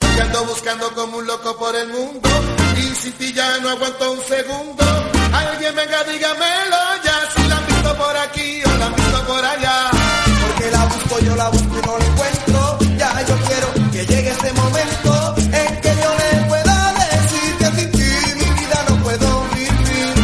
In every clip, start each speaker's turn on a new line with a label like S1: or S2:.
S1: Que ando buscando como un loco por el mundo y sin ti ya no aguanto un segundo. Alguien venga, dígamelo ya si la han visto por aquí o la han visto por allá.
S2: Porque la busco, yo la busco y no la encuentro. Ya yo quiero que llegue
S1: este
S2: ese momento en que yo le pueda decir que sin ti mi vida no puedo vivir.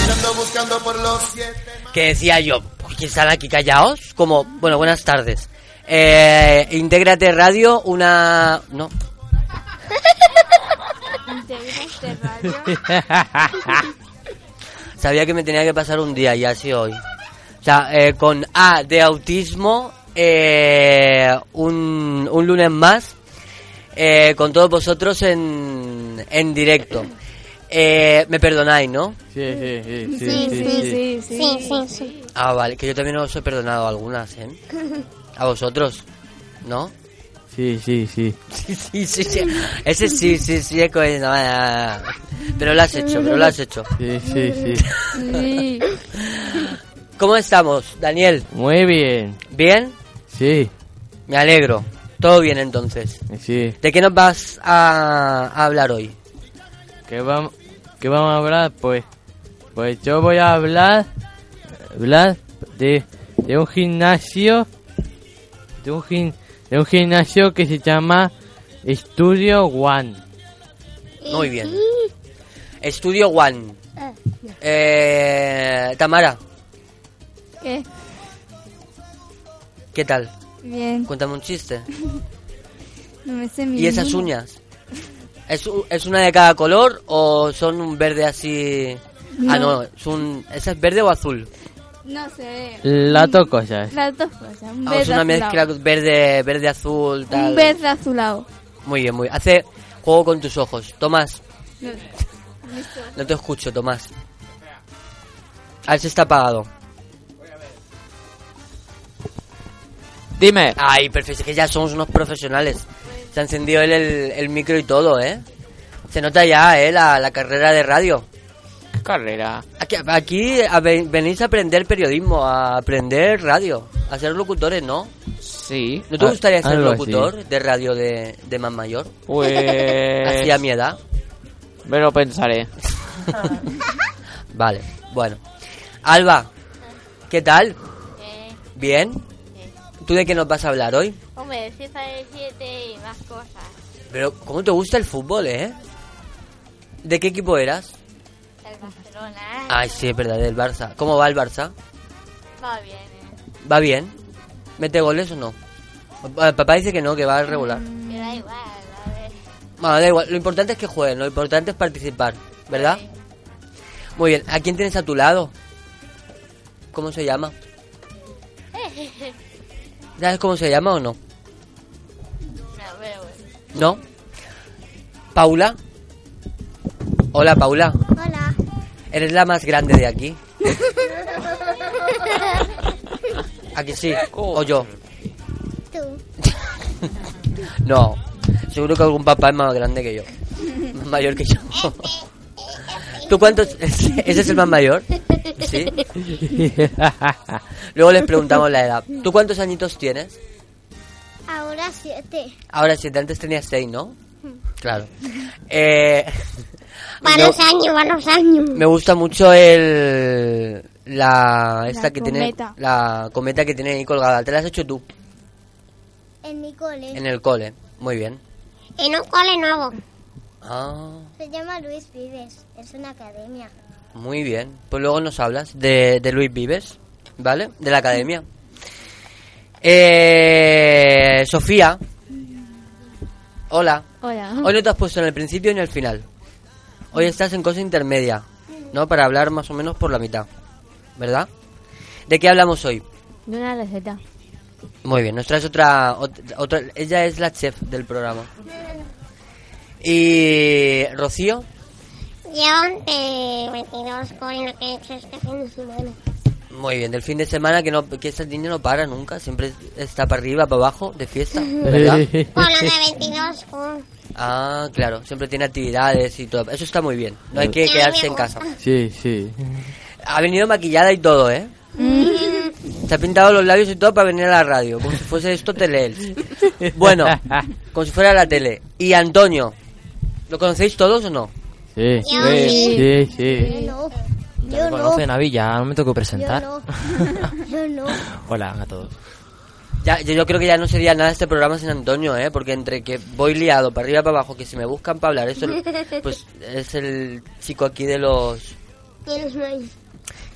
S1: Que ando buscando por los siete.
S3: que decía yo, ¿por qué están aquí callados? Como, bueno, buenas tardes. Eh, Intégrate Radio, una... No. Sabía que me tenía que pasar un día y así hoy. O sea, eh, con A de autismo, eh, un, un lunes más, eh, con todos vosotros en, en directo. Eh, me perdonáis, ¿no?
S4: Sí, sí, sí, sí,
S5: Sí,
S4: sí, sí.
S5: sí, sí.
S3: Ah, vale, que yo también os he perdonado algunas, ¿eh? A vosotros, ¿no?
S4: Sí, sí, sí.
S3: Sí, sí, sí, sí. Ese sí, sí, sí, es coño, no, no, no. Pero lo has hecho, pero lo has hecho.
S4: Sí, sí, sí.
S5: Sí.
S3: ¿Cómo estamos, Daniel?
S4: Muy bien.
S3: ¿Bien?
S4: Sí,
S3: Me alegro. Todo bien entonces.
S4: sí.
S3: ¿De qué nos vas a, a hablar hoy?
S4: ¿Qué vamos, ¿Qué vamos a hablar? Pues, pues yo voy a hablar, hablar de, de un gimnasio, de un, gim- de un gimnasio que se llama Studio One.
S3: Muy bien. Estudio One. Eh, Tamara,
S5: ¿Qué?
S3: ¿qué tal?
S5: Bien.
S3: Cuéntame un chiste.
S5: No me sé mi
S3: ¿Y esas
S5: niño.
S3: uñas? ¿Es, u- ¿Es una de cada color o son un verde así? Ah, no, es un, ¿esa es verde o azul?
S5: No sé.
S4: Las dos cosas.
S5: Las dos cosas. Un
S3: Ah, es
S5: verde
S3: una mezcla
S5: azulado.
S3: verde, verde azul, tal.
S5: Un verde azulado.
S3: Muy bien, muy bien. Hace juego con tus ojos. Tomás,
S5: No.
S3: no te escucho, Tomás. A ver si está apagado.
S4: Dime.
S3: Ay, perfecto, es que ya somos unos profesionales. Se ha encendido el, el, el micro y todo, ¿eh? Se nota ya, ¿eh? La, la carrera de radio.
S4: Carrera.
S3: Aquí, aquí a ve- venís a aprender periodismo, a aprender radio, a ser locutores, ¿no?
S4: Sí.
S3: ¿No te gustaría ser locutor de radio de, de más mayor? Así a
S4: Pues,
S3: mi edad.
S4: me lo pensaré.
S3: Vale, bueno. Alba, ¿qué tal?
S6: Eh,
S3: ¿Bien? ¿Tú de qué nos vas a hablar hoy?
S6: hombre, FIFA del 7 y más cosas.
S3: Pero, ¿cómo te gusta el fútbol, eh? ¿De qué equipo eras?
S6: El Barcelona.
S3: Ay, sí, es verdad, del Barça. ¿Cómo va el Barça?
S6: Va bien, eh.
S3: ¿Va bien? ¿Mete goles o no? Pa- Papá dice que no, que va a regular.
S6: Me da igual, a ver.
S3: Bueno, da igual, lo importante es que jueguen, lo importante es participar, ¿verdad?
S6: Sí.
S3: Muy bien, ¿a quién tienes a tu lado? ¿Cómo se llama? ¿Sabes cómo se llama o no?
S6: No, pero bueno.
S3: ¿No? ¿Paula? Hola, Paula.
S6: Hola.
S3: Eres la más grande de aquí. ¿A que sí? ¿O yo?
S6: Tú.
S3: No. Seguro que algún papá es más grande que yo. Más mayor que yo. ¿Tú cuántos? ¿Ese es el más mayor? Sí. Luego les preguntamos la edad. ¿Tú cuántos añitos tienes?
S6: Ahora 7.
S3: Ahora sí, antes tenías seis, ¿no? Claro. Eh, me-
S6: años, buenos años.
S3: Me gusta mucho el la esta
S5: La
S3: que
S5: cometa.
S3: tiene la cometa que tiene ahí colgada. Te la has hecho tú
S6: En mi cole.
S3: en el cole. Muy bien.
S6: En un cole nuevo.
S3: Ah,
S6: Se llama Luis Vives. Es una academia.
S3: muy bien. Pues luego nos hablas de, de Luis Vives, ¿vale? De la academia. Eh, Sofía. Hola.
S7: Hola.
S3: Hoy no te has puesto en el principio ni al final. Hoy estás en cosa intermedia, ¿no? Para hablar más o menos por la mitad, ¿verdad? ¿De qué hablamos hoy?
S7: De una receta.
S3: Muy bien, nos traes otra, ot- otra... Ella es la chef del programa. Y... Rocío,
S6: Yo eh, 22 con lo que he hecho este fin de semana.
S3: muy bien, del fin de semana que, no, que ese niño no para nunca, siempre está para arriba, para abajo, de fiesta, ¿verdad?
S6: Por lo de 22 con.
S3: Ah, claro, siempre tiene actividades y todo. Eso está muy bien, no hay que quedarse en casa.
S4: sí, sí.
S3: Ha venido maquillada y todo, ¿eh? Se ha pintado los labios y todo para venir a la radio, como si fuese esto Teleelch. Bueno, como si fuera la tele. Y Antonio, ¿lo conocéis todos o no?
S4: Sí,
S6: Yo sí.
S4: sí, sí.
S6: Yo no.
S8: Me
S6: Yo no.
S8: conocen a Villa, no me tengo que
S6: Yo
S8: presentar.
S6: no. Yo no.
S8: Hola a todos.
S3: Ya, yo, yo creo que ya no sería nada este programa sin Antonio, ¿eh? Porque entre que voy liado para arriba para abajo, que si me buscan para hablar, eso, pues es el chico aquí de los...
S6: Tienes maíz.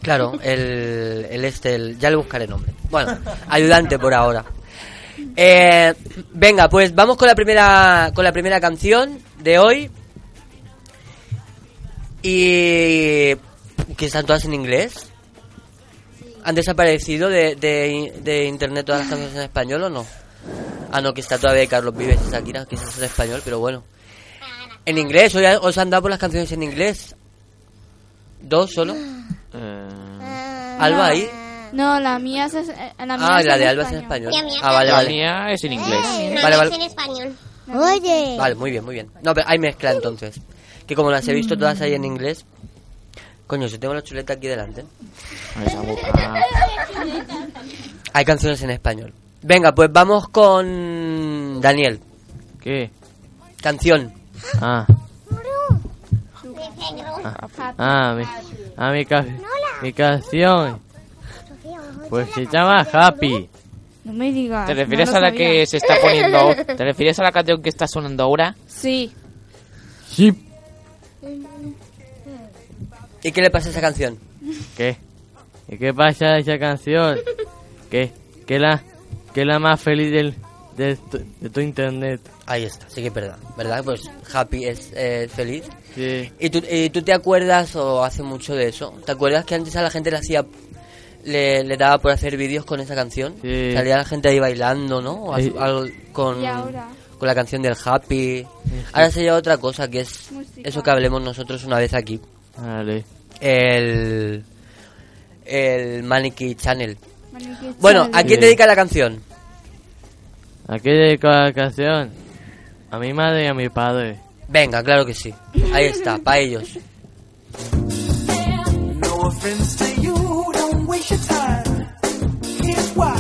S3: Claro, el, el este, el- ya le buscaré nombre. Bueno, ayudante por ahora. Eh, venga, pues vamos con la primera con la primera canción de hoy. Y que están todas en inglés. ¿Han desaparecido de, de, de internet todas las canciones en español o no? Ah, no, que está todavía de Carlos Vives y Shakira, que eso es en español, pero bueno. En inglés, hoy ha- os han dado por las canciones en inglés. ¿Dos solo?
S8: Eh,
S3: Alba ahí.
S7: No, la mía es... eh, La mía
S3: Ah,
S7: es
S3: la
S7: en
S3: de Alba es en
S7: español.
S3: español.
S6: Y a mí
S3: Ah, vale,
S8: La
S3: vale.
S8: mía es en Eh, inglés.
S6: No,
S3: Vale,
S6: es
S3: vale.
S6: en español. Oye.
S3: Vale, muy bien, muy bien. No, pero hay mezcla entonces. Que como las he visto todas ahí en inglés. Coño, yo tengo la chuleta aquí delante.
S8: Esa
S9: Ah,
S8: boca.
S3: Hay canciones en español. Venga, pues vamos con Daniel.
S4: ¿Qué?
S3: Canción.
S4: Ah, ah, mi, ah, mi, ca- mi canción. Pues se llama Happy.
S7: No me digas.
S8: ¿Te
S7: Ah, no
S8: refieres
S7: lo
S8: a la
S7: sabía.
S8: que se está poniendo? ¿Te refieres a la canción que está sonando ahora?
S7: Sí.
S4: Sí.
S3: ¿Y qué le pasa a esa canción?
S4: ¿Qué? ¿Y qué pasa de esa canción? ¿Qué? ¿Qué la, que la más feliz del, de, tu, de tu internet?
S3: Ahí está, sí que es verdad. ¿Verdad? Pues happy es eh, feliz.
S4: Sí.
S3: ¿Y tú, y tú te acuerdas, o hace mucho de eso? ¿Te acuerdas que antes a la gente le hacía. Le, le daba por hacer vídeos con esa canción?
S4: Sí.
S3: Salía la gente ahí bailando, ¿no? O
S4: Sí.
S3: haz- al- con,
S7: ¿Y ahora?
S3: con la canción del Happy. Ahora sería otra cosa que es
S7: Música.
S3: eso que hablemos nosotros una vez aquí.
S4: Vale.
S3: El. El Maniquí Channel.
S7: Bueno, ¿qué
S3: Bueno,
S7: tal?
S3: ¿a quién
S4: Sí.
S3: dedica la canción?
S4: ¿A qué dedico la canción? A mi madre y a mi padre.
S3: Venga, claro que sí. Ahí está, para ellos.
S5: No offense to you, don't waste your time. Here's why,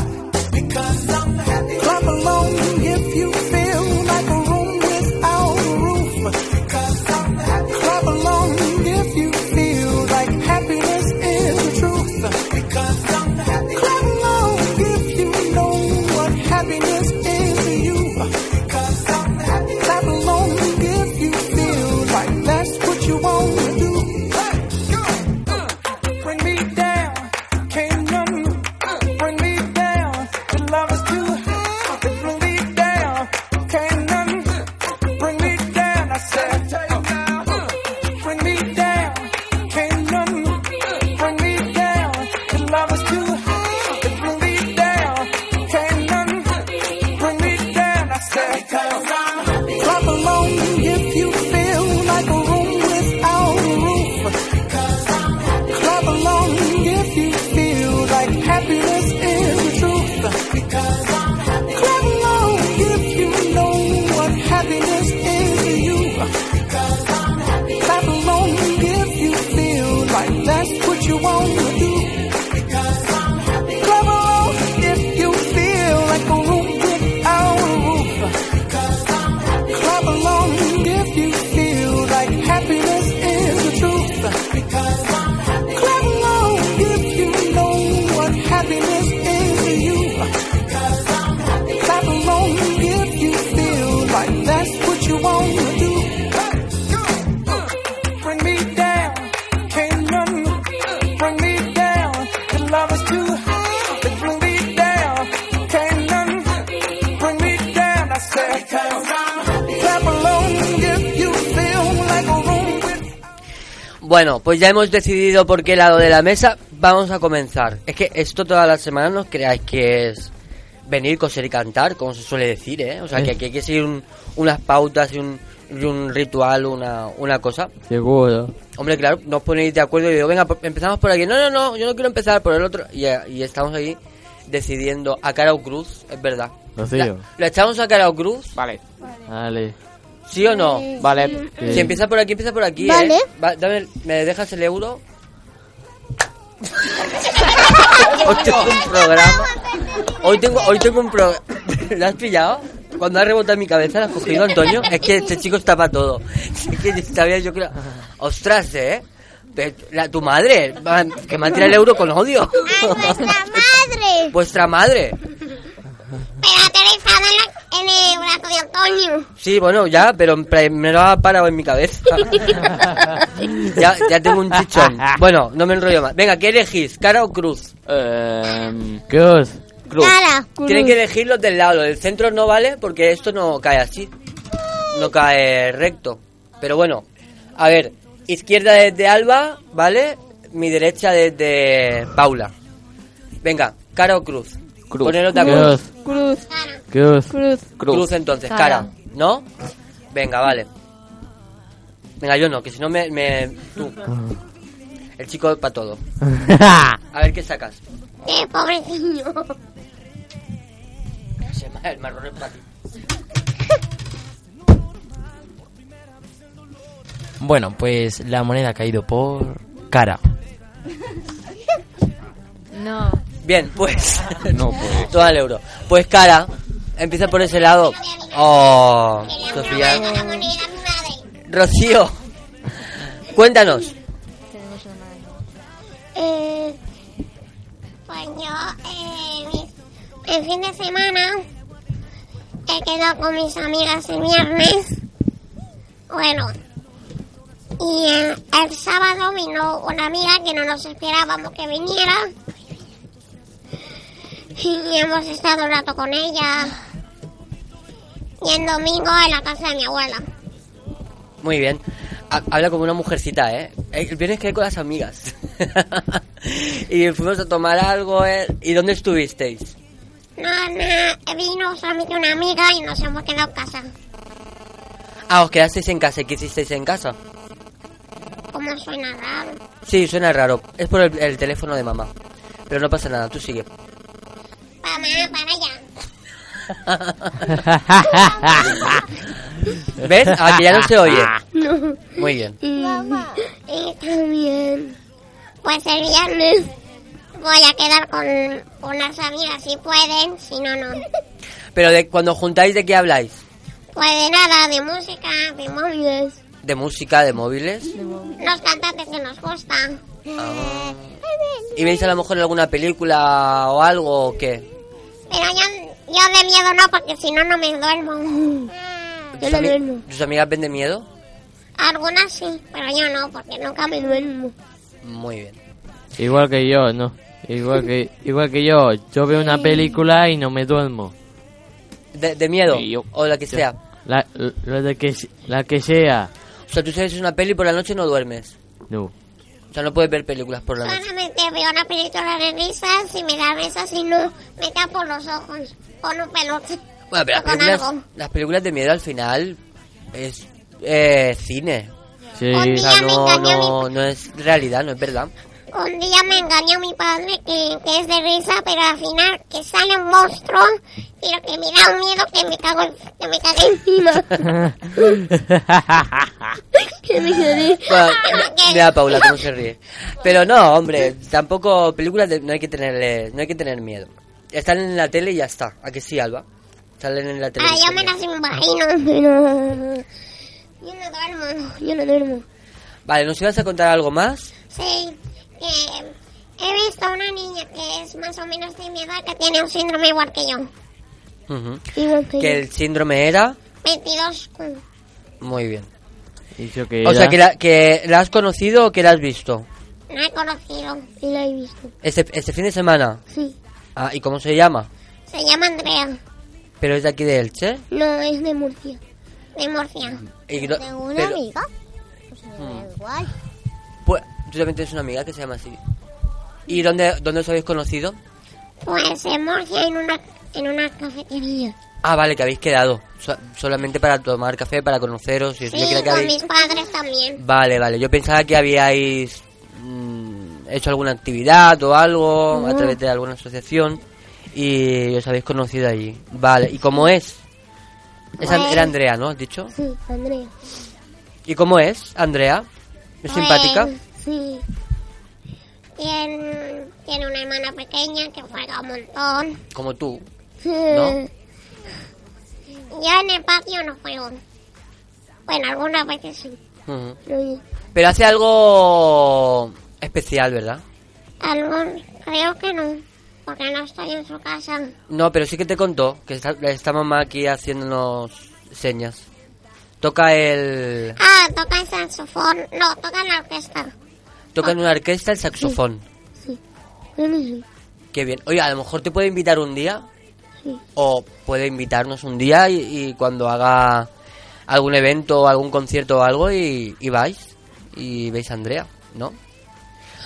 S5: because I'm happy. Come along if you feel like a room without a roof. Because I'm happy. Come along if you feel like happiness is the truth. Because I'm happy. Come along if you know what happiness is to you. Because I'm happy. Clap along if you feel like that's what you want to do. Hey, go, uh. Bring me down, can't run. Bring me down, the love is too high. Bring me down, can't run. Bring me down, I said. Bring me down, can't run. Bring me down, the love is too high. Bring me down, can't run. Bring me down, I said. Clap along if you feel like a room without a roof. Clap along if you feel like happiness is the truth. Because I'm happy. Clap along if you know what happiness is to you. Because I'm happy. Clap along if you feel like that's what you want to do. Because I'm happy. Clap along if you feel like a room without a roof. Because I'm happy. Clap along if you feel like happiness is the truth. Because I'm happy. Clap along if you know what happiness is to you. Because I'm happy. Clap along if you feel like that's what you want to do. Hey,
S3: Bueno, pues ya hemos decidido por qué lado de la mesa vamos a comenzar. Es que esto todas las semanas no os creáis que es venir, coser y cantar, como se suele decir, ¿eh? O sea, que aquí hay que seguir un- unas pautas y un, y un ritual, una, una cosa.
S4: Seguro.
S3: Hombre, claro, nos ponéis de acuerdo y digo, venga, po- empezamos por aquí. No, no, no, yo no quiero empezar por el otro. Y, eh, y estamos ahí decidiendo a cara o cruz, es verdad.
S4: Rocío.
S3: La- ¿La echamos a cara o cruz?
S8: Vale.
S4: Dale.
S3: ¿Sí o no?
S8: Vale.
S4: Sí.
S3: Si empieza por aquí, empieza por aquí, ¿eh?
S6: Vale.
S3: Va- dame el- ¿Me dejas el euro? hoy tengo un programa. Hoy tengo, hoy tengo un programa. ¿Lo has pillado? Cuando ha rebotado en mi cabeza, ¿la has cogido, Antonio? Es que este chico está para todo. Es que sabía yo que era- Ostras, ¿eh? Pe- la- tu madre, va- que me ha tirado el euro con odio.
S6: ¡A nuestra madre!
S3: Vuestra madre.
S6: Pero aterrizado en, la- en el brazo de Antonio.
S3: Sí, bueno, ya, pero pre- me lo ha parado en mi cabeza. ya, ya tengo un chichón. Bueno, no me enrollo más. Venga, ¿qué elegís? ¿Cara o cruz?
S8: Em,
S4: Cruz.
S8: cruz.
S6: Cara.
S3: Tienen que elegir los del lado. El centro no vale porque esto no cae así. No cae recto. Pero bueno, a ver. Izquierda desde Alba, ¿vale? Mi derecha desde Paula. Venga, cara o cruz.
S8: Cruz.
S3: Poneros de acuerdo.
S4: Cruz.
S5: Cruz,
S4: Cruz.
S5: cruz,
S8: Cruz.
S3: Cruz entonces, cara.
S5: Cara.
S3: ¿No? Venga, vale. Venga, yo no, que si no me... me- tú. El chico para todo. A ver qué sacas.
S6: ¡Qué pobrecillo!
S3: Ese ma- El marrón es para ti.
S9: Bueno, pues la moneda ha caído por cara.
S10: No.
S3: Bien, pues... No, pues... Todo al euro. Pues cara, empieza por ese lado. Oh,
S6: Que le han
S3: Sofía.
S6: robado la moneda a mi madre.
S3: Rocío, cuéntanos.
S10: Tenemos una madre.
S6: Eh, pues yo, eh, mis- el fin de semana, he quedado con mis amigas el viernes. Bueno. Y eh, el sábado vino una amiga que no nos esperábamos que viniera. Y hemos estado un rato con ella. Y el domingo en la casa de mi abuela.
S3: Muy bien. Ha- Habla como una mujercita, ¿eh? Eh, El viernes quedé con las amigas. y fuimos a tomar algo, ¿eh? ¿Y dónde estuvisteis?
S6: No, no, vino solamente una amiga y nos hemos quedado en casa.
S3: Ah, os quedasteis en casa. ¿Y qué hicisteis en casa?
S6: Como suena raro.
S3: Sí, suena raro. Es por el, el teléfono de mamá. Pero no pasa nada, tú sigue.
S6: Mamá, para allá.
S3: ¿Ves? Ah, que ya no se oye. Muy bien.
S6: Y también, pues el viernes voy a quedar con unas amigas si pueden, si no, no.
S3: Pero de, cuando os juntáis, ¿de qué habláis?
S6: Pues de nada, de música, de móviles,
S3: ¿De música, de móviles?
S6: los cantantes que nos gustan.
S3: ¿Y veis a lo mejor alguna película o algo o qué?
S6: Pero yo, yo de miedo no, porque si no, no me duermo. Yo
S3: ¿Tus,
S6: no
S3: ami-
S6: duermo.
S3: ¿Tus amigas ven de miedo?
S6: Algunas sí, pero yo no, porque nunca me duermo.
S3: Muy bien.
S4: Igual que yo, no. Igual que, igual que yo. Yo veo una película y no me duermo.
S3: ¿De, de miedo?
S8: Sí, yo-
S3: o la que sea.
S4: La, lo de que, se- la que sea.
S3: O sea, tú sabes una peli y por la noche no duermes.
S4: No.
S3: O sea, no puedes ver películas por la noche.
S6: Solamente veo una película de risas y me da risas y no me tapo los ojos con un pelote.
S3: Bueno, pero
S6: o
S3: las
S6: con
S3: películas,
S6: algo.
S3: las películas de miedo al final es eh, cine.
S4: Sí.
S3: O sea, no,
S6: Mira, me engañó
S3: no, no es realidad, no es verdad.
S6: Un día me engañó mi padre que, que es de risa, pero al final que sale un monstruo y lo que me da un miedo que me cago en- que me cague encima. que me quedé.
S3: Bueno, me- mira Paula cómo se ríe. Pero no, hombre, tampoco películas de- no hay que tenerle, no hay que tener miedo. Están en la tele y ya está. ¿A que sí, Alba? Salen en la tele.
S6: Ah, yo me las imagino, pero yo no duermo, yo no duermo.
S3: Vale, ¿nos ibas a contar algo más?
S6: Sí, que he visto a una niña que es más o menos de mi edad que tiene un síndrome igual que yo.
S3: Ujú.
S6: Igual que
S3: Que el síndrome era...
S6: 22.
S3: Muy bien.
S4: Y yo que
S3: O sea,
S4: era-
S3: que la, que la has conocido o que la has visto.
S6: No he conocido. Y la he visto.
S3: Este, este fin de semana.
S6: Sí.
S3: Ah, ¿y cómo se llama?
S6: Se llama Andrea.
S3: Pero es de aquí de Elche.
S6: No, es de Murcia. De Murcia.
S3: Y no-
S10: Tengo una
S3: pero- Hmm.
S10: amiga. Pues me da igual.
S3: Tú también tienes una amiga que se llama así. ¿Y dónde, dónde os habéis conocido?
S6: Pues en Murcia, en una, en una cafetería.
S3: Ah, vale, que habéis quedado. So- solamente para tomar café, para conoceros. Y eso.
S6: Sí,
S3: Yo creía que
S6: con
S3: habéis-
S6: mis padres también.
S3: Vale, vale. Yo pensaba que habíais mm, hecho alguna actividad o algo a
S6: No.
S3: través de alguna asociación y os habéis conocido allí. Vale, ¿y cómo es? es An-
S6: Pues-
S3: era Andrea, ¿no? ¿Has dicho?
S6: Sí, Andrea.
S3: ¿Y cómo es, Andrea? ¿Es
S6: Pues,
S3: simpática?
S6: Sí. Tiene, tiene una hermana pequeña que juega un montón.
S3: Como tú.
S6: ¿No? Yo en el patio no juego. Bueno, algunas veces sí.
S3: Ujú.
S6: pero
S3: Pero hace algo especial, ¿verdad?
S6: Algún, creo que no, porque no estoy en su casa.
S3: No, pero sí que te contó que está, esta mamá aquí haciéndonos señas. Toca el...
S6: Ah, toca el saxofón. No, toca la orquesta.
S3: Toca en una orquesta el saxofón.
S6: Sí.
S3: Qué bien. Oye, a lo mejor te puede invitar un día. O puede invitarnos un día y, y cuando haga algún evento o algún concierto o algo y, y vais. Y veis a Andrea, ¿no?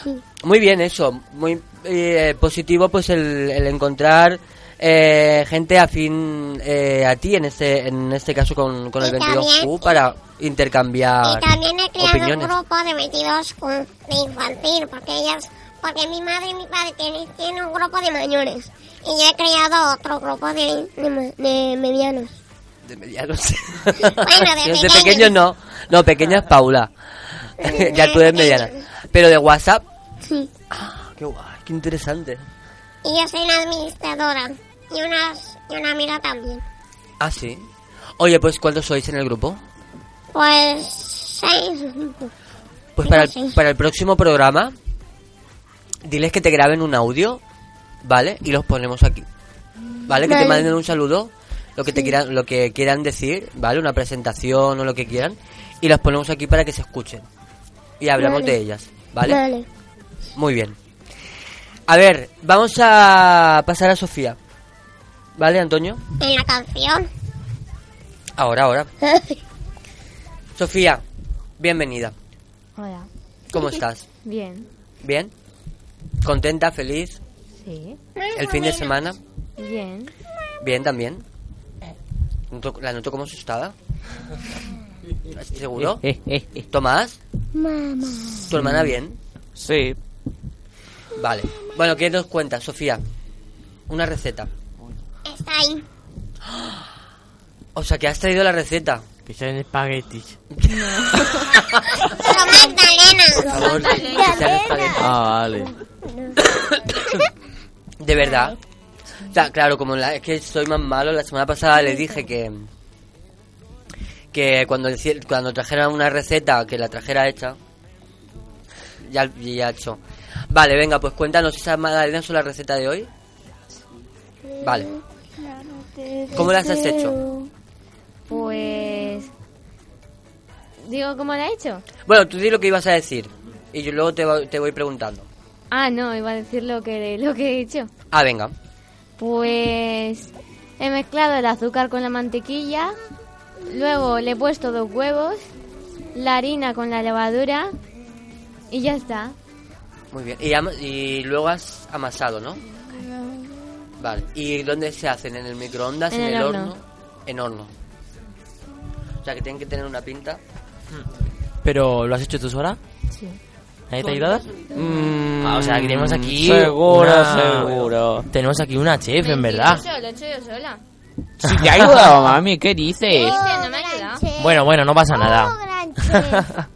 S6: Sí.
S3: Muy bien eso. Muy eh, positivo pues el, el encontrar eh, gente afín eh, a ti, en este, en este caso con, con el
S6: Y también-
S3: 22Q, para
S6: Y
S3: intercambiar
S6: también he creado
S3: opiniones.
S6: un grupo de 22 con- de infantil, porque ellas, porque mi madre y mi padre tienen, tienen un grupo de mayores. Y yo he creado otro grupo de, de, ma- de medianos.
S3: De medianos.
S6: de
S3: de
S6: pequeños.
S3: pequeños no. No, pequeña es Paula. ya tú eres mediana. Pero de WhatsApp.
S6: Eh. Sí.
S3: Ah, qué guay, qué interesante.
S6: Y yo soy una administradora. Y una, y una amiga también.
S3: Ah, sí. Oye, pues ¿cuántos sois en el grupo?
S6: Pues, seis.
S3: Pues para el, para el próximo programa, diles que te graben un audio, ¿vale? Y los ponemos aquí. ¿Vale? Que te
S11: Vale.
S3: manden un saludo, lo que te quieran, lo que quieran decir, ¿vale? Una presentación o lo que quieran. Y los ponemos aquí para que se escuchen. Y hablamos
S11: Vale.
S3: de ellas, ¿vale? Muy bien. A ver, vamos a pasar a Sofía. ¿Vale, Antonio?
S6: En la canción.
S3: Ahora, ahora. Sofía, bienvenida.
S10: Hola.
S3: ¿Cómo estás?
S10: Bien.
S3: ¿Bien? ¿Contenta, feliz?
S10: Sí.
S3: ¿El fin de semana?
S10: Bien.
S3: ¿Bien también? Noto- La noto como asustada. ¿Estás ¿Seguro? ¿Tomás?
S6: Mamá.
S3: ¿Tu hermana bien? Sí. Vale. Bueno, ¿qué nos cuentas, Sofía? Una receta.
S6: Está ahí.
S3: O sea, que has traído la receta.
S4: Que son espaguetis.
S6: Son
S3: favor,
S6: magdalenas.
S3: que sean espaguetis.
S4: Ah, vale.
S3: De verdad. O sea, claro, como la- es que soy más malo, la semana pasada le dije que que cuando deci- cuando trajera una receta, que la trajera hecha. Ya ya hecho. Vale, venga, pues cuéntanos esas magdalenas son la receta de hoy. Vale. ¿Cómo las has hecho?
S10: Pues. Digo, ¿cómo la he hecho?
S3: Bueno, tú di lo que ibas a decir y yo luego te, va- te voy preguntando.
S10: Ah, no, iba a decir lo que, lo que he hecho.
S3: Ah, venga.
S10: Pues. He mezclado el azúcar con la mantequilla. Luego le he puesto dos huevos. La harina con la levadura. Y ya está.
S3: Muy bien. Y, ama- y luego has amasado, ¿no? Vale. ¿Y dónde se hacen? ¿En el microondas? ¿En,
S10: En el
S3: el
S10: horno.
S3: horno? En horno. O sea que tienen que tener una pinta.
S9: Pero, ¿lo has hecho tú sola?
S10: Sí.
S9: ¿Nadie te ha ayudado? Ah, o sea, que tenemos aquí.
S8: seguro,
S9: seguro. Tenemos aquí una chef, en verdad.
S10: lo he hecho yo sola.
S8: Si te ha ayudado, mami, ¿qué dices?
S10: no me ha ayudado.
S9: Bueno, bueno, no pasa nada.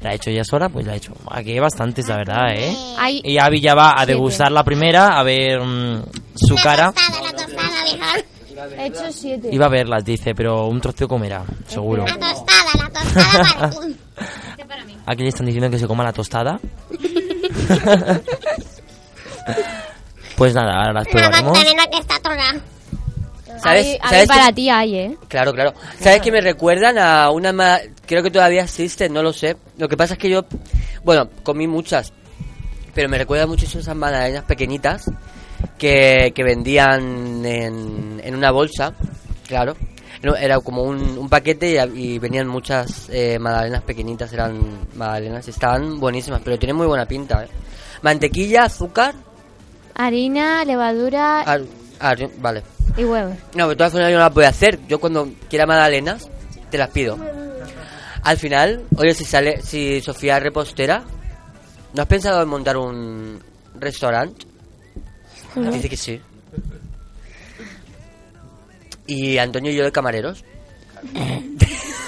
S9: la ha hecho ya sola, pues la ha hecho. Aquí hay bastantes, la verdad, ¿eh?
S10: Hay-
S9: Y Abby ya va a
S10: Siete.
S9: degustar la primera, a ver mm, su cara.
S10: He hecho siete.
S9: Iba a verlas, dice, pero un trocito comerá, seguro.
S10: Este, La
S6: tostada, la
S9: tostada Aquí le están diciendo que se coma la tostada. pues nada, ahora las
S6: Una
S9: probaremos.
S6: magdalena que está atorada.
S3: ¿Sabes?
S10: Hay- hay
S3: ¿Sabes
S10: para
S3: qué-
S10: ti hay, ¿eh?
S3: Claro, claro. ¿Sabes que me recuerdan a una... ma- Creo que todavía existen, no lo sé. Lo que pasa es que yo... Bueno, comí muchas. Pero me recuerda mucho esas magdalenas pequeñitas que, que vendían en, en una bolsa, claro. no, era como un, un paquete y, y venían muchas eh, magdalenas pequeñitas, eran magdalenas, estaban buenísimas, pero tienen muy buena pinta. ¿eh? Mantequilla, azúcar,
S10: Harina, levadura
S3: ar- ar- vale.
S10: y huevos.
S3: No, de todas formas yo no las voy a hacer. Yo cuando quiera magdalenas, te las pido. Al final, oye, si sale, si Sofía es repostera, ¿no has pensado en montar un restaurante?
S6: No.
S3: Dice que sí. Y Antonio y yo de camareros.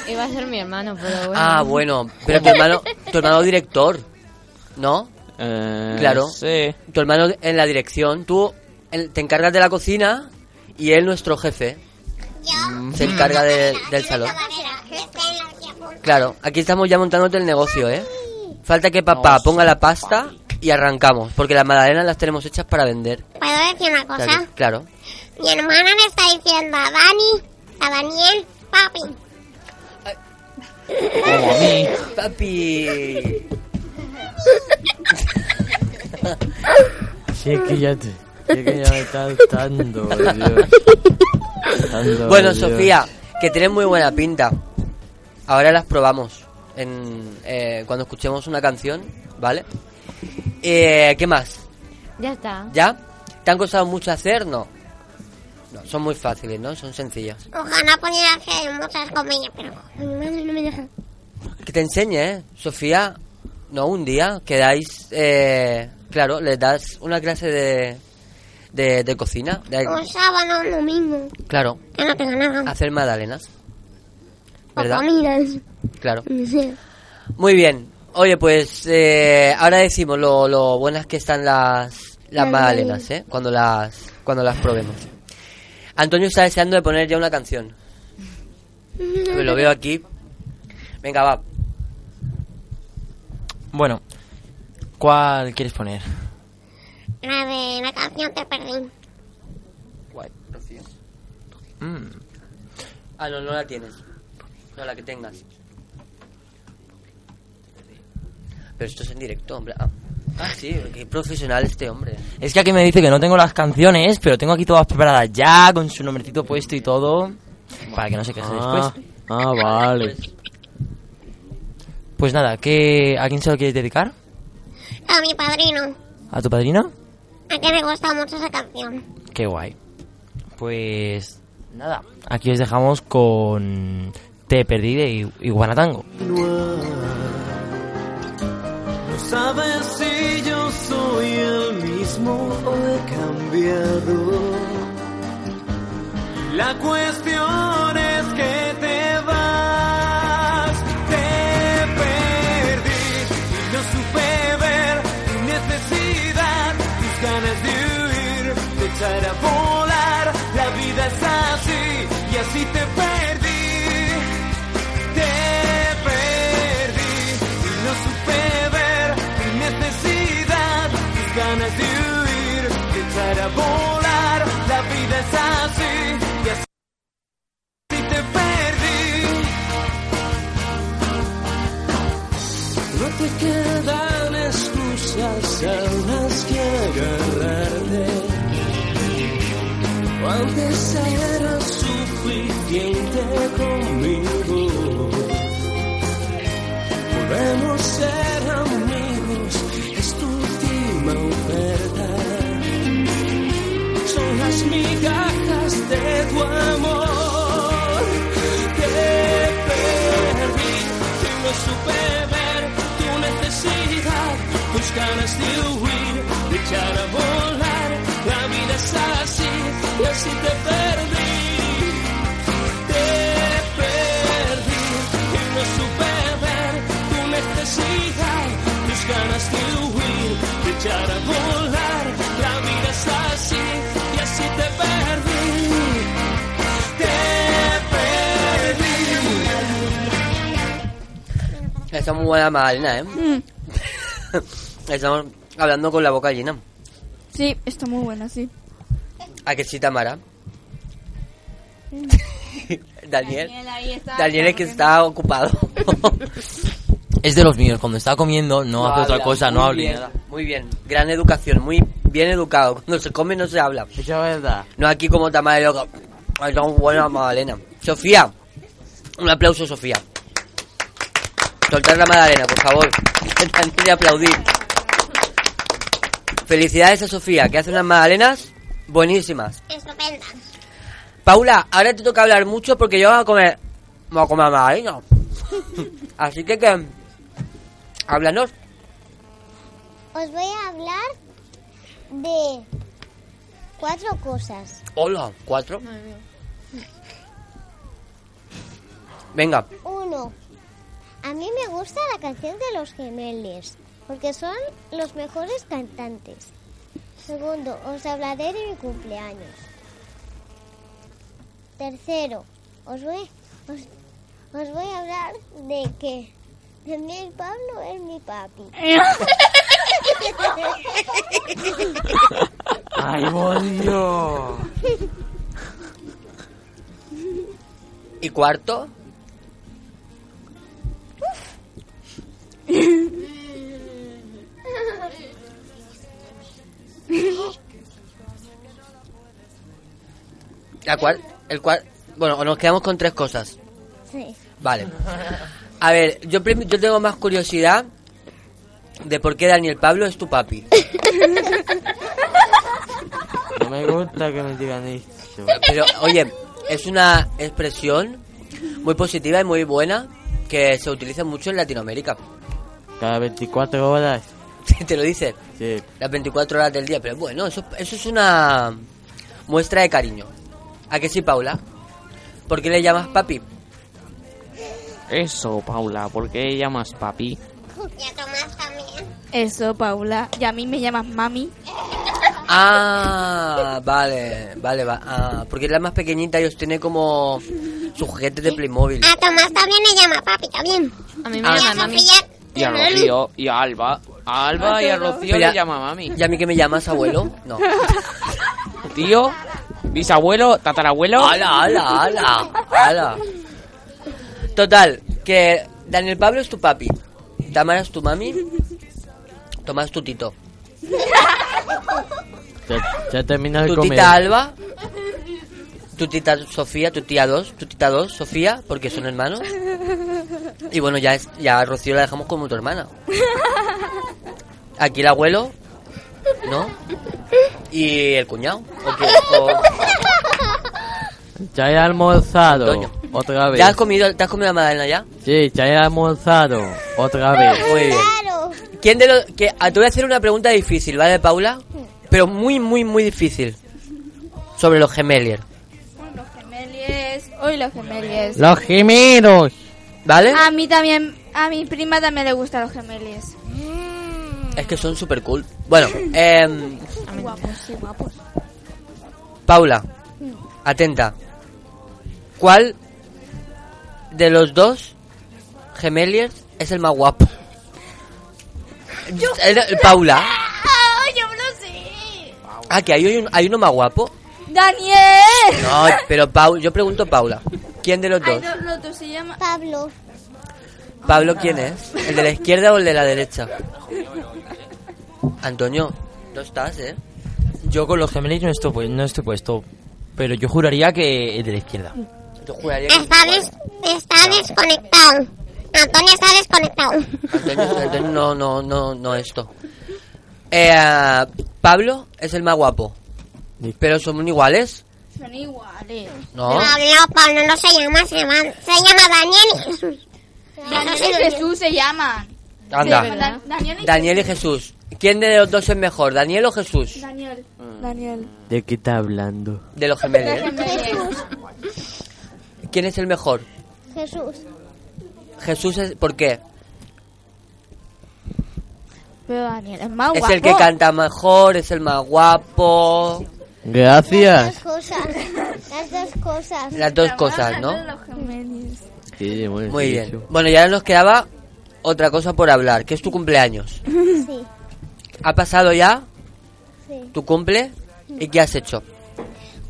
S10: Iba a ser mi hermano, pero bueno.
S3: Ah, bueno, pero tu hermano, tu hermano director, ¿no? claro.
S8: sí.
S3: Tu hermano en la dirección, tú en- te encargas de la cocina y él nuestro jefe. Se encarga de- del salón. Claro, aquí estamos ya montándote el negocio, ¿eh? Falta que papá ponga la pasta y arrancamos, porque las magdalenas las tenemos hechas para vender.
S6: ¿Puedo decir una cosa?
S3: Claro, claro.
S6: Mi hermana le está diciendo a Dani, a Daniel, papi.
S3: Papi.
S4: Sí, es que ya te... Es que ya me está hartando, Dios. Hartando,
S3: Bueno,
S4: Dios.
S3: Sofía, que tienes muy buena pinta. Ahora las probamos en, eh, cuando escuchemos una canción, ¿vale? Eh, ¿Qué más?
S10: Ya está.
S3: ¿Ya? ¿Te han costado mucho hacer? No. No, son muy fáciles, ¿no? Son sencillas.
S6: Ojalá pudiera hacer muchas comillas, pero mi madre no me deja.
S3: Que te enseñe, ¿eh? Sofía, no, un día quedáis, eh, claro, le das una clase de, de, de cocina, de-
S6: Un sábado, un domingo,
S3: claro,
S6: que no tengo nada.
S3: hacer magdalenas,
S6: O Mm.
S3: ¿verdad?
S6: comidas,
S3: Claro.
S6: no sé.
S3: Muy bien. Oye, pues eh, ahora decimos lo, lo buenas que están las, las
S6: Las
S3: magdalenas, ¿eh? Cuando las, cuando las probemos. Antonio está deseando de poner ya una canción. Me lo veo aquí. Venga, va.
S9: Bueno, ¿cuál quieres poner?
S6: La de la canción Te Perdí.
S9: Mm,
S3: Ah, no, no la tienes. No, la que tengas. Pero esto es en directo, hombre. Ah, Ah, sí, qué profesional este hombre.
S9: Es que aquí me dice que no tengo las canciones, pero tengo aquí todas preparadas ya, con su nombrecito puesto y todo. Para que no se queje
S4: Ah,
S9: después.
S4: ah, vale.
S9: Pues nada, ¿qué, ¿a quién se lo quieres dedicar?
S6: A mi padrino,
S9: ¿A tu padrino?
S6: a que le gusta mucho esa canción.
S9: Qué guay. Pues nada, aquí os dejamos con Te Perdí de I- Iguanatango.
S2: No sabes si yo soy el mismo o he cambiado. La cuestión es que te vas, te perdí y no supe ver tu necesidad, tus ganas de huir, de echar a volar. La vida es así y así te perdí. Te perdí y no supe ver mi necesidad, tus ganas de huir, de echar a volar. La vida es así y así te perdí. No te quedan excusas a unas que agarrarte. Antes era suficiente conmigo. Podemos ser amigos, es tu última oferta. Son las migajas de tu amor. Te perdí, que no supe ver tu necesidad, tus ganas de huir, de echar a volar. La vida es así, y así te perdí te perdí y no supe ver tu necesidad, tus ganas de huir, de echar a volar. La vida es así y así te perdí. Te perdí.
S3: Está muy buena Magdalena, ¿eh? Estamos hablando con la boca llena.
S5: Sí, está muy buena, sí.
S3: ¿A que sí, Tamara? Daniel.
S5: ahí está.
S3: Daniel es que está ocupado.
S9: Es de los míos, cuando está comiendo no, hace otra
S3: habla,
S9: cosa, no
S3: muy
S9: habla. ni
S3: bien,
S9: nada.
S3: Muy bien, gran educación, muy bien educado. Cuando se come no se habla.
S4: Eso es verdad.
S3: No aquí como Tamara loco. Ay, tan buena Magdalena. Sofía. Un aplauso, Sofía. Soltar la Magdalena, por favor. Antes de aplaudir. Felicidades a Sofía, que hace unas Magdalenas buenísimas.
S6: Estupenda.
S3: Paula, ahora te toca hablar mucho porque yo voy a comer. Voy a comer Magdalena. Así que, que. Háblanos.
S11: Os voy a hablar de cuatro cosas.
S3: Hola, cuatro. Venga,
S11: Uno, a mí me gusta la canción de los gemelos, porque son los mejores cantantes. Segundo, os hablaré de mi cumpleaños. Tercero, os voy, os, os voy a hablar de que de mi Pablo es mi papi.
S9: ¡Ay, bolio!
S3: ¿y cuarto? La cual, el cual, bueno, nos quedamos con tres cosas.
S11: Sí.
S3: Vale. A ver, yo, prim- yo tengo más curiosidad de por qué Daniel Pablo es tu papi.
S4: No me gusta que me digan eso.
S3: Pero, oye, es una expresión muy positiva y muy buena que se utiliza mucho en Latinoamérica.
S4: Cada 24 horas.
S3: Te lo dice
S4: Sí.
S3: las 24 horas del día. Pero bueno, eso, eso es una muestra de cariño. ¿A que sí, Paula? ¿Por qué le llamas papi?
S8: Eso, Paula, ¿por qué llamas papi?
S5: Eso, Paula. Y a mí me llamas mami.
S3: Ah, vale, vale, va. Ah, porque es la más pequeñita y os tiene como sus juguetes de Playmobil.
S6: A Tomás también le llama papi, también.
S10: A mí
S3: me Ah. llama mami.
S6: Sofía,
S8: Y a Rocío, y a Alba. A
S7: Ah,
S8: Alba y a Rocío
S3: Mira,
S8: le llama mami.
S3: ¿Y a mí que me llamas, abuelo? No.
S8: Tío, bisabuelo, tatarabuelo.
S3: ¡Hala, hala, hala! ¡Hala! Total, que Daniel Pablo es tu papi, Tamara es tu mami, Tomás tu tito,
S4: Ya, ya termina de
S3: tu
S4: comer.
S3: tita Alba, tu tita Sofía, tu tía dos, tu tita dos, Sofía, porque son hermanos. Y bueno, ya, es, ya a Rocío la dejamos como tu hermana. Aquí el abuelo, ¿no? Y el cuñado. ¿o qué? O-
S4: Ya he almorzado.
S3: Antonio.
S4: Otra vez.
S3: ¿Ya has comido, ¿Te has comido la magdalena ya?
S4: Sí, ya he almorzado. Otra vez.
S3: Muy bien. ¿Quién de los que ah, te voy a hacer una pregunta difícil, ¿vale, Paula? Pero muy muy muy difícil. Sobre los gemelier,
S5: Los gemelies. Hoy los gemelies.
S4: Los gemelos.
S3: ¿vale?
S7: Ah.
S5: A mí también, a mi prima también le gustan los gemelies.
S3: Es que son super cool. Bueno, em,
S5: Guapos, sí, guapos.
S3: Paula, atenta. ¿Cuál de los dos gemelier es el más guapo? Era- Paula.
S5: ¡Ah, yo me lo sé!
S3: Ah, que hay, un- hay uno más guapo.
S5: ¡Daniel!
S3: No, pero Pau, yo pregunto a Paula. ¿Quién de los
S5: Ay,
S3: dos?
S5: no, no, tú se llama...
S11: Pablo.
S3: Pablo, ¿quién es? ¿El de la izquierda o el de la derecha? Antonio, no estás, ¿eh?
S9: Yo con los gemelos no estoy, pu- no estoy puesto, pero yo juraría que es de la izquierda.
S3: Yo juraría que...
S6: está, des- está desconectado. Antonio está desconectado.
S3: Antonio, Antonio, no, no, no, no esto. Eh, Pablo es el más guapo. Pero son iguales,
S5: Son iguales.
S3: ¿no?
S6: No, no, Pablo no se llama, se llama, se llama Daniel.
S5: Daniel y Jesús se llaman. Se
S3: Anda.
S5: llaman Dan- Daniel y
S3: Daniel y Jesús. ¿Quién de los dos es mejor, Daniel o Jesús?
S5: Daniel. Daniel.
S4: ¿De qué está hablando?
S3: De los gemelos.
S11: Jesús.
S3: ¿Quién es el mejor?
S11: Jesús.
S3: Jesús es... ¿Por qué?
S5: Pero Daniel es más
S3: Es
S5: guapo.
S3: el que canta mejor, es el más guapo...
S4: Gracias.
S11: Las cosas. Las dos cosas.
S3: Las dos cosas, ¿no?
S5: Los gemelos.
S4: Sí, bueno,
S3: Muy
S4: sí,
S3: bien.
S4: eso.
S3: Bueno, ya nos quedaba otra cosa por hablar, que es tu cumpleaños.
S11: Sí,
S3: ¿Ha pasado ya
S11: sí.
S3: tu cumple? ¿Y qué has hecho?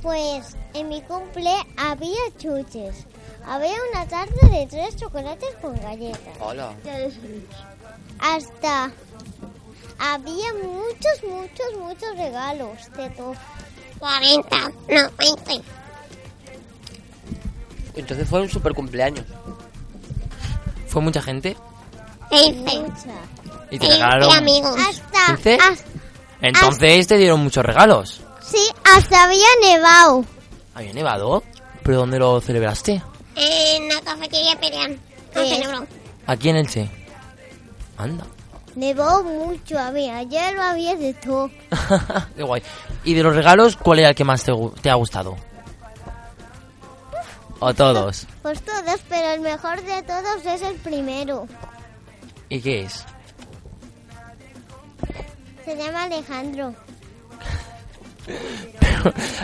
S11: Pues en mi cumple había chuches. Había una tarta de tres chocolates con galletas.
S3: Hola.
S11: Hasta había muchos, muchos, muchos regalos de todo.
S6: 40, no, 20.
S3: Entonces fue un super cumpleaños.
S9: ¿Fue mucha gente? Y te
S6: Sí,
S9: regalaron.
S6: y amigos.
S11: Hasta,
S9: ¿Quince?
S11: has-
S9: Entonces te dieron muchos regalos.
S11: sí, hasta había nevado.
S9: ¿Había nevado? ¿Pero dónde lo celebraste?
S6: Eh, En la cafetería Ah, Perián. No
S11: Pues,
S6: celebro.
S9: Aquí en Elche. Anda,
S11: Nevó mucho, había ayer había de todo.
S9: qué guay. ¿Y de los regalos, cuál era el que más te, gu- te ha gustado? ¿O todos?
S11: Pues todos, pero el mejor de todos es el primero.
S9: ¿Y qué es?
S11: Se llama Alejandro.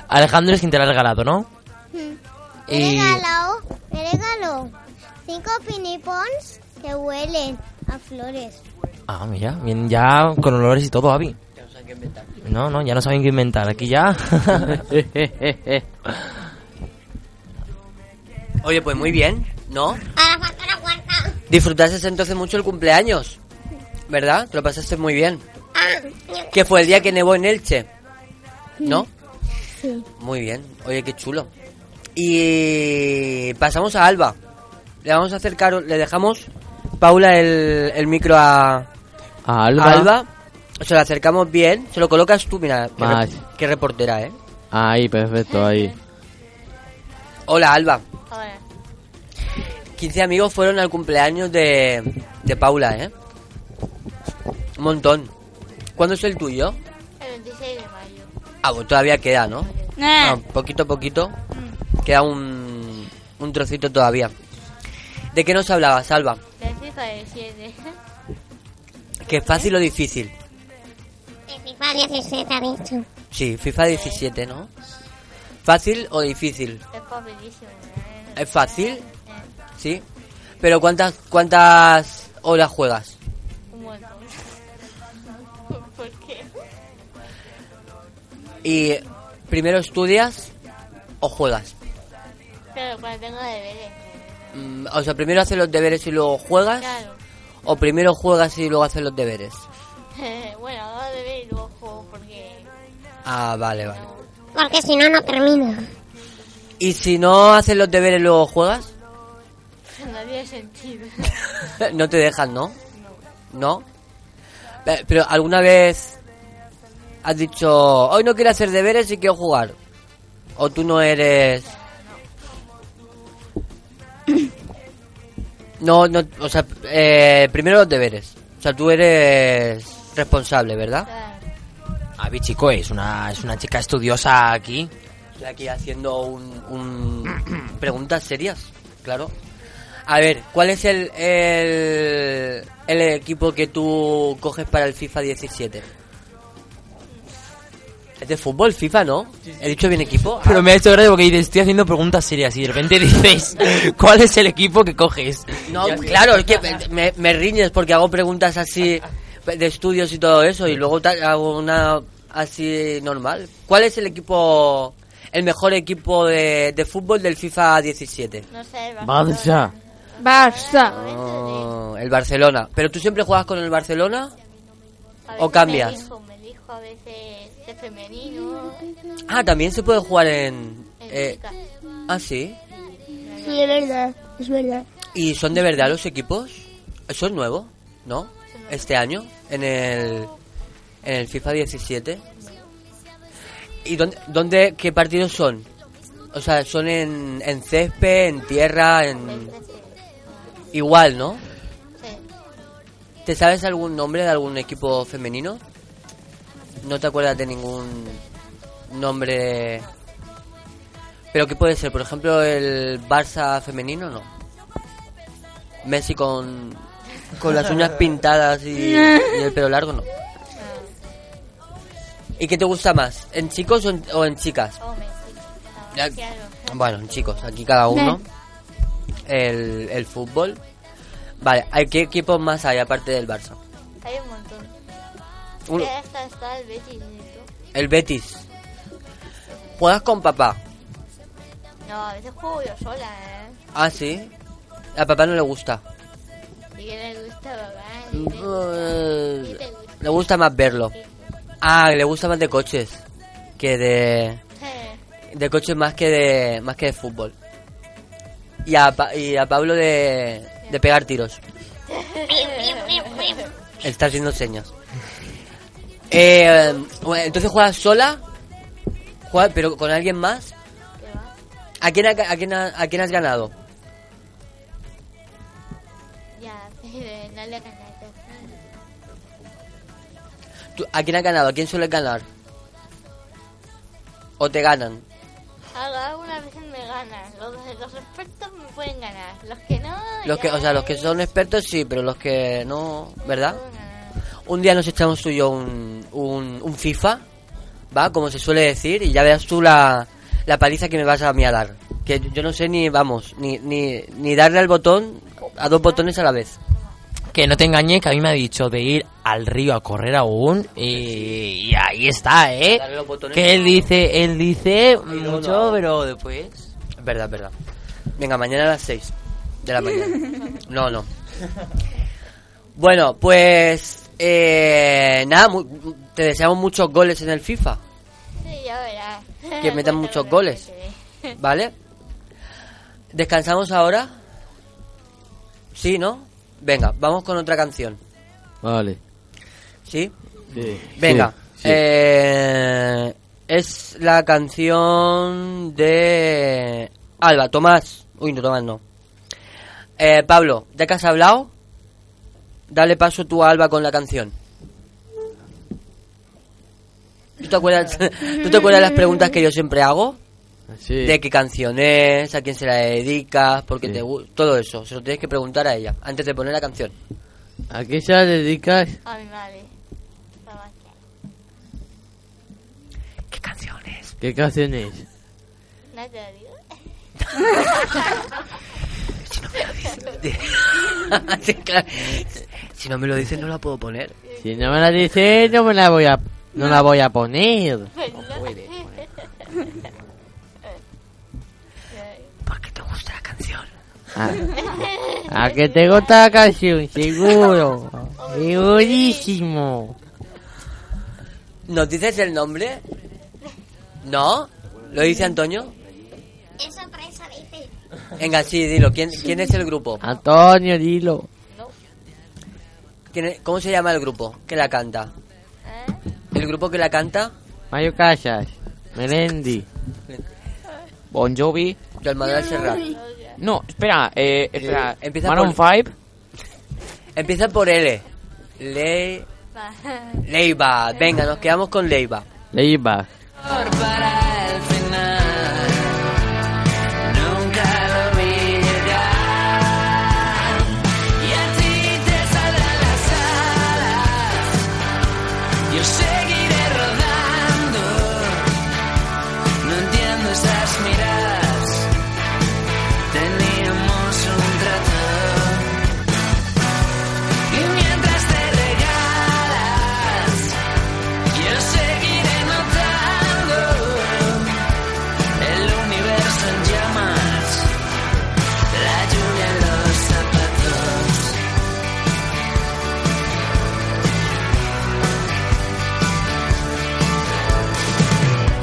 S9: Alejandro es quien te lo ha regalado, ¿no?
S11: Mm.
S9: Y...
S11: Me regaló, me regaló cinco pinipons que huelen a flores.
S9: Ah, mira, bien, ya con olores y todo, Avi. No, no, ya no saben qué inventar. Aquí ya.
S3: Oye, pues muy bien, ¿no?
S6: Ahora falta la cuarta.
S3: Disfrutaste entonces mucho el cumpleaños, ¿verdad? Te lo pasaste muy bien.
S6: Ah,
S3: Que fue el día que nevó en Elche, ¿no?
S11: Sí.
S3: Muy bien, oye, qué chulo. Y pasamos a Alba. Le vamos a acercar, le dejamos, Paula, el, el micro a,
S4: A
S3: a
S4: Alba.
S3: Alba. Se lo acercamos bien, se lo colocas tú, mira, qué,
S4: Más.
S3: rep- qué reportera, ¿eh?
S4: Ahí, perfecto, ahí.
S3: Hola, Alba. 15 amigos fueron al cumpleaños de, de Paula, ¿eh? Un montón. ¿Cuándo es el tuyo?
S5: El 26 de mayo.
S3: Ah, pues todavía queda, ¿no?
S5: Eh.
S3: Ah, poquito a poquito.
S5: Mm.
S3: Queda un, un trocito todavía. ¿De qué nos hablabas, Alba?
S5: La cifra de 7.
S3: ¿Que
S5: ¿Eh?
S3: fácil o difícil?
S6: FIFA 17 ha dicho.
S3: Sí, FIFA 17, ¿no? ¿Fácil o difícil?
S5: Es facilísimo.
S3: ¿Es fácil? Sí. ¿Pero cuántas, cuántas horas juegas?
S5: Un montón. ¿Por qué?
S3: ¿Y primero estudias o juegas?
S5: Pero cuando tengo deberes.
S3: Mm, O sea, primero haces los deberes y luego juegas.
S5: Claro.
S3: ¿O primero juegas y luego haces los deberes?
S5: bueno, hago deberes y luego juego porque...
S3: Ah, vale, vale.
S6: Porque si no, no termina.
S3: ¿Y si no haces los deberes y luego juegas?
S5: No tiene sentido.
S3: no te dejan, ¿no? ¿No? Pe- Pero alguna vez has dicho, hoy no quiero hacer deberes y quiero jugar. O tú no eres... No, no, o sea, eh, primero los deberes. O sea, tú eres responsable, ¿verdad?
S9: Avi, chico, es una, es una chica estudiosa aquí.
S3: Estoy aquí haciendo un, un- preguntas serias, claro. A ver, ¿cuál es el, el, el equipo que tú coges para el FIFA 17? Es de fútbol, FIFA, ¿no? He dicho bien equipo.
S9: Pero me ha hecho gracia porque dices, estoy haciendo preguntas serias y de repente dices, ¿cuál es el equipo que coges?
S3: No,
S9: pues,
S3: claro, es que me, me riñes porque hago preguntas así de estudios y todo eso y luego ta- hago una así normal. ¿Cuál es el equipo, el mejor equipo de, de fútbol del FIFA 17?
S5: No sé,
S4: Barça.
S5: Barça.
S3: Oh, el Barcelona. ¿Pero tú siempre juegas con el Barcelona? ¿O cambias?
S5: Me elijo, me elijo a veces de femenino.
S3: Ah, también se puede jugar en... eh,
S5: chicas.
S3: ah, sí.
S11: Sí, es verdad, es verdad.
S3: ¿Y son de verdad los equipos? Eso es nuevo, ¿no? Este año, en el, en el FIFA 17. ¿Y dónde, dónde, qué partidos son? O sea, son en, en césped, en tierra, en... Igual, ¿no? ¿Te sabes algún nombre de algún equipo femenino? ¿No te acuerdas de ningún nombre? ¿Pero qué puede ser? Por ejemplo, el Barça femenino, ¿no? Messi con, con las uñas pintadas y, y el pelo largo, ¿no? ¿Y qué te gusta más? ¿En chicos o en, o en chicas? Ya- Bueno, en chicos, aquí cada uno. El, el fútbol. Vale, ¿hay- ¿qué equipos más hay aparte del Barça?
S5: Hay un montón.
S3: Uno.
S5: Ya hasta está el Betis. ¿no?
S3: El Betis. ¿Juegas con papá?
S5: No, a veces juego yo sola, ¿eh?
S3: Ah, sí. A papá no le gusta.
S5: Y que le gusta papá. y me-
S3: Eh,
S5: te gusta?
S3: Le gusta más verlo. Ah, le gusta más de coches que de de coches más que de más que de fútbol. y a, Pa- y a Pablo de, de pegar tiros. Está haciendo señas. Eh, bueno, entonces juegas sola, ¿Juegas- pero con alguien más. ¿A quién, ha- a, quién ha- a quién has ganado?
S5: Ya, pero no le ganaste.
S3: Tú- ¿A quién has ganado? ¿A quién sueles ganar? ¿O te ganan?
S5: Alguna vez me ganan. Los, los expertos me pueden ganar. Los que no.
S3: Los que, o sea, los que son expertos sí, pero los que no, ¿verdad? Un día nos echamos tú y yo un, un, un FIFA, ¿va? Como se suele decir, y ya verás tú la, la paliza que me vas a mí a dar. Que yo- yo no sé ni, vamos, ni, ni, ni darle al botón, a dos botones a la vez.
S9: Que no te engañes, que a mí me ha dicho de ir al río a correr aún y, y ahí está, ¿eh?
S3: Darle los botones.
S9: Que él dice, él dice mm, mucho, pero
S3: después... Verdad, verdad. Venga, mañana a las 6 de la mañana. No, no. Bueno, pues... eh, nada, mu- te deseamos muchos goles en el FIFA.
S5: Sí, ya verás.
S3: que metan muchos goles. ¿Vale? ¿Descansamos ahora? Sí, ¿no? Venga, vamos con otra canción.
S4: Vale.
S3: ¿Sí?
S4: Sí,
S3: Venga.
S4: sí, sí.
S3: eh, es la canción de Alba, Tomás. Uy, no, Tomás no. Eh, Pablo, ya que has hablado, dale paso tú a Alba con la canción. ¿Tú te acuerdas, ¿tú te acuerdas de las preguntas que yo siempre hago?
S4: Sí.
S3: De qué canción es, a quién se la dedicas, por qué
S4: Sí.
S3: te gusta, todo eso. Se lo tienes que preguntar a ella antes de poner la canción.
S4: ¿A qué se la dedicas?
S5: A mi madre.
S3: ¿Qué canción es?
S4: ¿Qué canción es?
S5: ¿No te lo digo?
S3: Sí, claro. si no me lo dices no la puedo poner.
S4: Si no me la dices, no me la voy a, no la voy a poner.
S5: No puede.
S3: ¿Por qué te gusta la canción?
S4: ¿A,
S5: Ah.
S4: a Ah. que te gusta la canción? Seguro. Segurísimo.
S3: ¿Nos dices el nombre? ¿No? ¿Lo dice Antonio?
S6: Es sorpresa, dice.
S3: Venga, sí, Ah. dilo. ¿Quién, quién es el grupo?
S4: Antonio, dilo.
S3: ¿Quién es- ¿Cómo se llama el grupo que la canta? ¿El grupo que la canta?
S4: Mayo Casas. Melendi.
S8: Bon Jovi.
S3: Del Manuel Serrat.
S8: No, espera, eh, espera.
S3: Eh, empieza
S8: Maroon
S3: por-
S8: 5.
S3: Empieza por L. Le... Leiva. Venga, nos quedamos con Leiva.
S4: Leiva.
S2: Para el final, nunca lo vi llegar. Y a ti te saldrán las alas. Yo seguiré rodando. No entiendo esas miradas. Teníamos un trato. Y mientras te regalas. Yo seguiré notando el universo en llamas, la lluvia en los zapatos.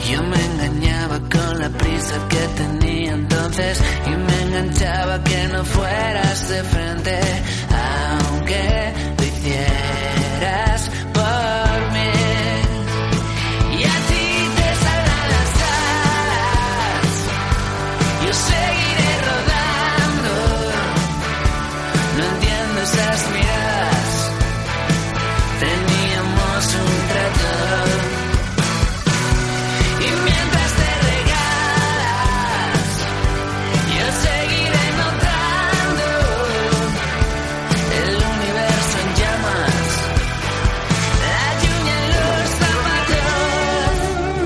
S2: Yo me engañaba con la prisa que tenía entonces y me enganchaba que no fueras de frente, aunque lo hicieras por mí. Y a ti te saldrán las alas, yo seguiré rodando. No entiendo esas miradas, teníamos un trato. Y mientras te regalas, yo seguiré notando el universo en llamas, la lluvia en los zapatos.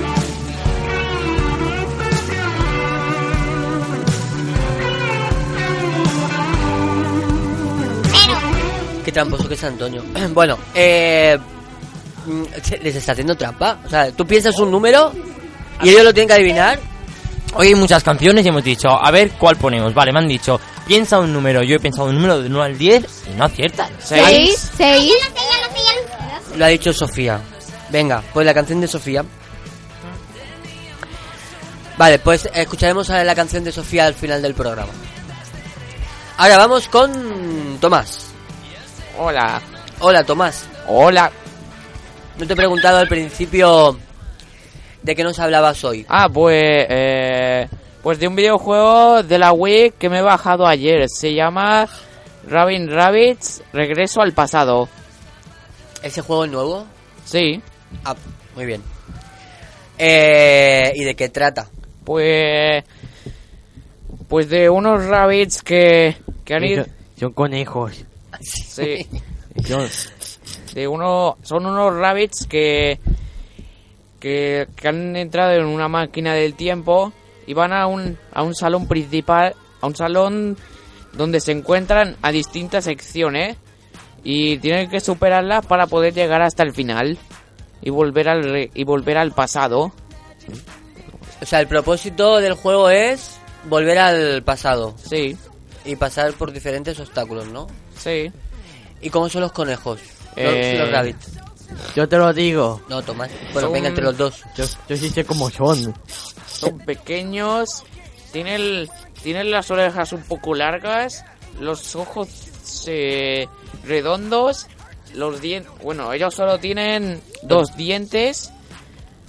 S3: Qué tramposo que es Antonio. bueno, eh, mm, se- les está haciendo trampa. O sea, tú piensas un número y ellos lo tienen que adivinar.
S9: Hoy hay muchas canciones y hemos dicho, a ver cuál ponemos. Vale, me han dicho, piensa un número. Yo he pensado un número de 1 al 10 y no aciertan.
S10: Seis, seis.
S3: Lo ha dicho Sofía. Venga, pues la canción de Sofía. Vale, pues escucharemos a la canción de Sofía al final del programa. Ahora vamos con Tomás.
S8: Hola.
S3: Hola, Tomás.
S8: Hola.
S3: No te he preguntado al principio de qué nos hablabas hoy.
S8: Ah, pues. eh, pues de un videojuego de la Wii que me he bajado ayer. Se llama Rabin Rabbits Regreso al pasado.
S3: ¿Ese juego es nuevo?
S8: Sí.
S3: Ah, muy bien. Eh, ¿Y de qué trata?
S8: Pues. Pues de unos rabbits que. que han ido.
S4: Son, son conejos.
S8: Sí. De uno, son unos rabbits que, que que han entrado en una máquina del tiempo y van a un a un salón principal, a un salón donde se encuentran a distintas secciones ¿eh? y tienen que superarlas para poder llegar hasta el final y volver al re- y volver al pasado.
S3: O sea, el propósito del juego es volver al pasado.
S8: Sí.
S3: Y pasar por diferentes obstáculos, ¿no?
S8: Sí.
S3: ¿Y cómo son los conejos? Los-
S4: Eh,
S3: los rabbits.
S4: Yo te lo digo.
S3: No, Tomás. Bueno, venga entre los dos.
S4: Yo, yo sí sé cómo son.
S8: Son pequeños, tienen, el- tienen las orejas un poco largas, los ojos eh, redondos, los dientes... Bueno, ellos solo tienen dos dientes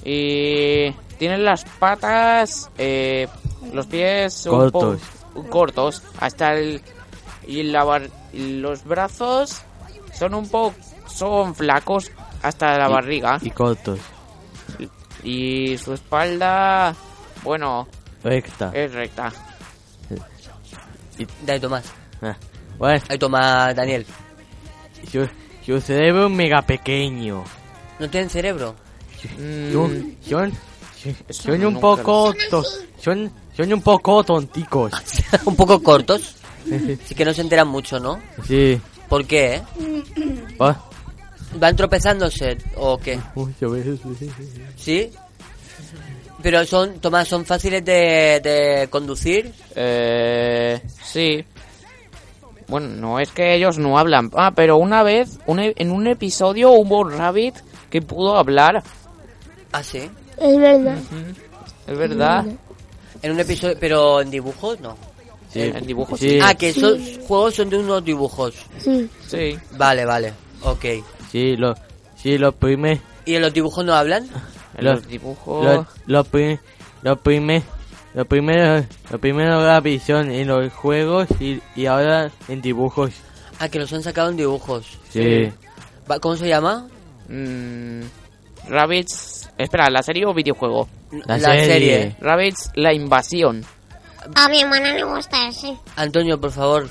S8: y tienen las patas, eh, los pies un
S4: Cortos.
S8: po- cortos, hasta el... Y, la bar- y los brazos son un poco... Son flacos hasta la
S4: Y-
S8: barriga.
S4: Y cortos.
S8: Y su espalda, bueno,
S4: Recta.
S8: es recta.
S3: Dale, Tomás.
S4: Ah, Bueno,
S3: Ahí toma Daniel.
S4: su, su cerebro es mega pequeño.
S3: ¿No tienen cerebro? Mm,
S4: Son, son, son-
S3: Eso
S4: son un
S3: nunca lo
S4: poco...
S3: sé.
S4: to- son, son un poco tonticos.
S3: un poco cortos. Así que no se enteran mucho, ¿no?
S4: Sí.
S3: ¿Por qué? eh?
S4: Ah,
S3: ¿Van tropezándose o qué?
S4: muchas veces.
S3: ¿Sí? Pero son, Tomás, ¿son fáciles de, de conducir?
S8: Eh, sí. Bueno, no es que ellos no hablan. Ah, pero una vez, un e- en un episodio hubo un rabbit que pudo hablar.
S3: ¿Ah, sí?
S11: Es verdad.
S8: Es verdad.
S3: En un episodio, pero en dibujos no.
S8: Sí. En dibujos, sí.
S3: Ah, que esos
S8: Sí.
S3: juegos son de unos dibujos.
S11: Sí.
S8: Sí.
S3: Vale, vale. Ok.
S4: Sí, lo, sí, lo primer...
S3: ¿Y en los dibujos no hablan?
S4: Los
S8: dibujos.
S4: Lo, lo, pri- lo primer... Lo primero, lo primero la visión en los juegos y, y ahora en dibujos.
S3: Ah, que los han sacado en dibujos.
S4: Sí.
S3: Mm, Va- ¿Cómo se llama?
S8: Mm, Rabbits. Espera, ¿la serie o videojuego?
S3: La La serie. serie.
S8: Rabbits, la invasión.
S6: A mi hermana le gusta ese.
S3: Antonio, por favor.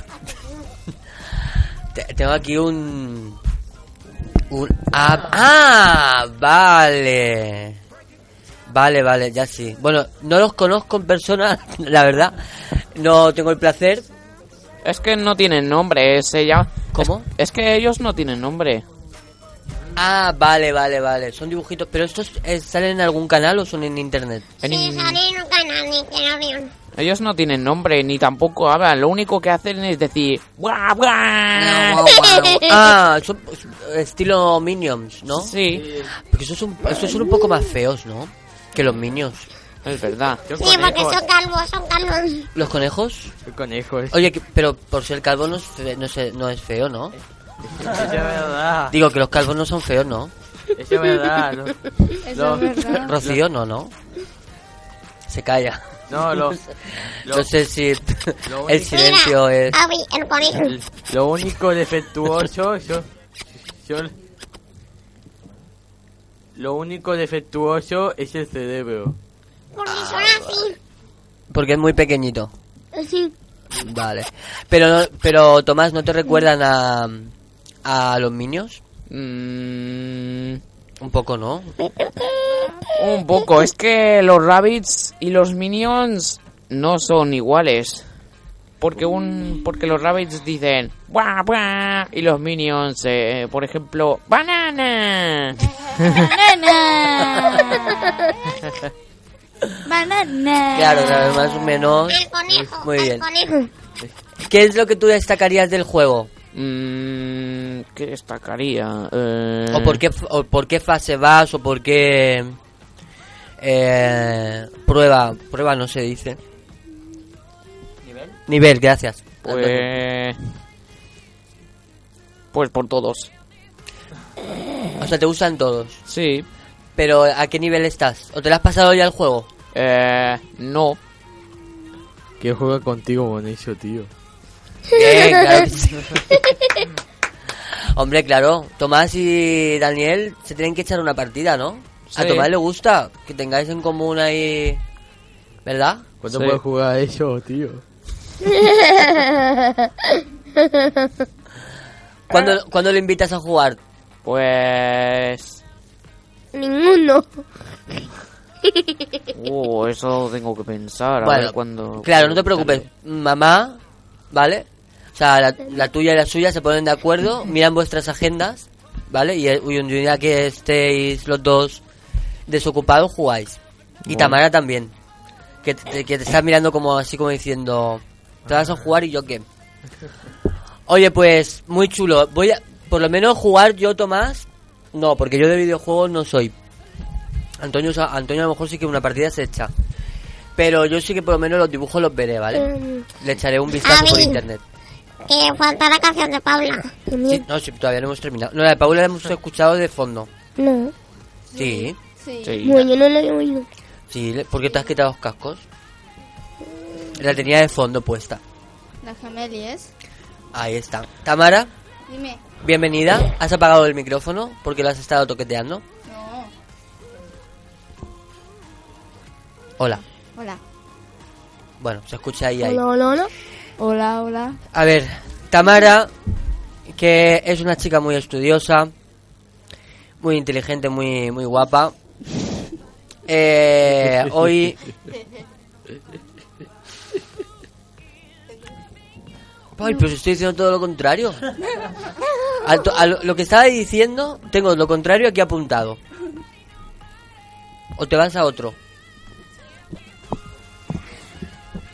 S3: Te- Tengo aquí un... Un... Ah, ah, vale. Vale, vale, ya sí. Bueno, no los conozco en persona, la verdad. No tengo el placer.
S8: Es que no tienen nombre, se llama.
S3: ¿Cómo?
S8: Es, es que ellos no tienen nombre.
S3: Ah, vale, vale, vale. Son dibujitos. ¿Pero estos eh, salen en algún canal o son en internet?
S6: Sí, sale en un canal ni que lo vean.
S8: Ellos no tienen nombre ni tampoco hablan. Lo único que hacen es decir. ¡Buah, buah!
S3: Ah, son eh, estilo Minions, ¿no?
S8: Sí.
S3: Porque esos son, esos son un poco más feos, ¿no? Que los Minions.
S8: Es verdad.
S6: Sí, porque son calvos, son calvos.
S3: ¿Los conejos?
S4: Los conejos.
S3: Oye, que- pero por ser calvo no es, fe- no, sé- no es feo, ¿no?
S4: Eso es verdad.
S3: Digo que los calvos no son feos, ¿no?
S4: Eso es verdad. lo- lo-
S3: Rocío no, ¿no? Se
S9: Ah,
S3: calla.
S4: No, los-
S3: No sé si
S4: lo
S3: el
S4: único-
S3: silencio es...
S6: Avi, el conejo.
S4: Lo único defectuoso, yo, yo- Lo único defectuoso es el cerebro.
S6: Porque son así.
S3: Porque es muy pequeñito.
S6: Así.
S3: Vale. Pero, no- pero Tomás, ¿no te recuerdan a, a los Minions?
S4: Mm.
S3: Un poco, ¿no?
S8: Un poco. Es que los rabbits y los minions no son iguales. Porque un porque los rabbits dicen ¡Buah, buah", y los minions, eh, por ejemplo, banana.
S5: Banana. Banana.
S3: Claro, claro, más o menos.
S6: Al conejo.
S3: Muy
S6: Al
S3: bien.
S6: conejo.
S3: ¿Qué es lo que tú destacarías del juego?
S8: Mm, ¿Qué destacaría? Eh,
S3: ¿O por qué, f- o por qué fase vas? ¿O por qué eh, prueba? Prueba no se dice. ¿Nivel? Nivel, gracias.
S8: Pues. Pues por todos.
S3: O sea, te gustan todos.
S8: Sí.
S3: Pero ¿a qué nivel estás? ¿O te lo has pasado ya el juego?
S8: Eh, no.
S4: Quiero jugar contigo, Bonicio, tío.
S3: Eh, claro que sí. Hombre, claro, Tomás y Daniel se tienen que echar una partida, ¿no? A
S4: Sí.
S3: Tomás le gusta que tengáis en común ahí, ¿verdad?
S4: ¿Cuánto puedo jugar a eso, tío?
S3: ¿Cuándo, cuándo lo invitas a jugar?
S8: Pues...
S6: Ninguno.
S8: Oh, eso tengo que pensar. A ver cuándo-
S3: claro, no te preocupes. Mamá, ¿vale? O sea, la, la tuya y la suya se ponen de acuerdo, miran vuestras agendas, ¿vale? Y eh, y un día que estéis los dos desocupados, jugáis. Y
S12: Bueno.
S3: Tamara también. Que te, que te está mirando como así como diciendo, te vas a jugar y yo qué. Oye, pues muy chulo. Voy a, por lo menos jugar yo, Tomás. No, porque yo de videojuegos no soy. Antonio, sa- Antonio a lo mejor sí que una partida se echa. Pero yo sí que por lo menos los dibujos los veré, ¿vale?
S6: Mm.
S3: Le echaré un vistazo
S6: A
S3: por
S6: mí.
S3: internet.
S6: Que falta la canción de Paula.
S3: Sí, no, sí, todavía no hemos terminado. No, la de Paula la hemos escuchado de fondo.
S6: Ah. No.
S3: Sí. Sí.
S6: Bueno, yo no lo he oído.
S3: Sí, le- ¿por qué te has quitado los cascos? La tenía de fondo puesta.
S7: Las gemelias.
S3: Ahí está. Tamara,
S7: Dime.
S3: bienvenida. ¿Has apagado el micrófono porque lo has estado toqueteando?
S7: No.
S3: Hola.
S7: Hola.
S3: Bueno, se escucha ahí, ahí.
S7: hola, hola. Hola, hola.
S3: A ver, Tamara, que es una chica muy estudiosa, muy inteligente, muy, muy guapa. Eh, hoy Ay, pero si estoy diciendo todo lo contrario. A to- a lo, lo que estaba diciendo, tengo lo contrario aquí apuntado. O te vas a otro.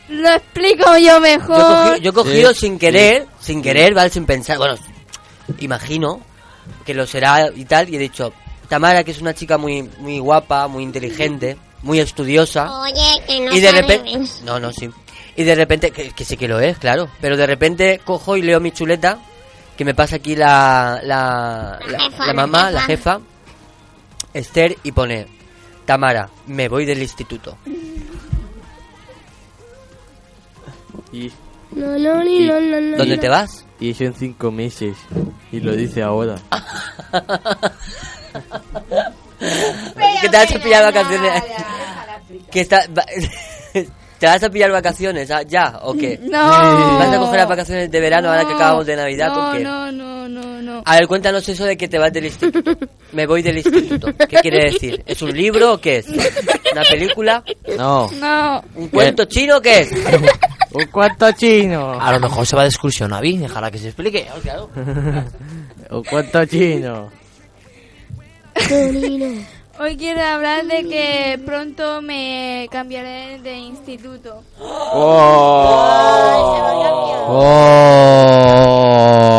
S10: Lo explico yo
S3: Yo he
S10: mejor.
S3: cogido, yo he cogido
S10: Sí,
S3: sin querer,
S10: sí.
S3: sin querer, ¿vale? Sin pensar. Bueno, imagino que lo será y tal. Y he dicho, Tamara, que es una chica muy, muy guapa, muy inteligente, muy estudiosa.
S6: Oye, que no
S3: y de
S6: se
S3: repente
S6: arreglen.
S3: no no sí y de repente que, que sí que lo es claro pero de repente cojo y leo mi chuleta que me pasa aquí la la, la-
S6: jefa,
S3: la
S6: la
S3: mamá la
S6: jefa.
S3: jefa Esther y pone Tamara me voy del instituto
S4: Y,
S6: No, no, ni, no, no, no.
S3: ¿Dónde
S6: no.
S3: te vas?
S4: Y eso en cinco meses. Y
S9: Mm.
S4: lo dice ahora.
S3: que te vas a pillar vacaciones que está va- te vas a pillar vacaciones ah, ya o qué
S7: No.
S3: vas a coger las vacaciones de verano ahora que acabamos de navidad
S7: no,
S3: o qué
S7: no, no, no, no.
S3: A ver, cuéntanos eso de que te vas del instituto. Me voy del instituto. ¿Qué quiere decir? ¿Es un libro o qué es? ¿Una película?
S4: No.
S7: No.
S3: ¿Un cuento chino o qué es?
S4: Un cuarto chino.
S9: A lo mejor se va de excursión, Avi. Dejará que se explique.
S4: Un cuarto chino.
S7: Hoy quiero hablar de que pronto me cambiaré de instituto.
S3: Oh.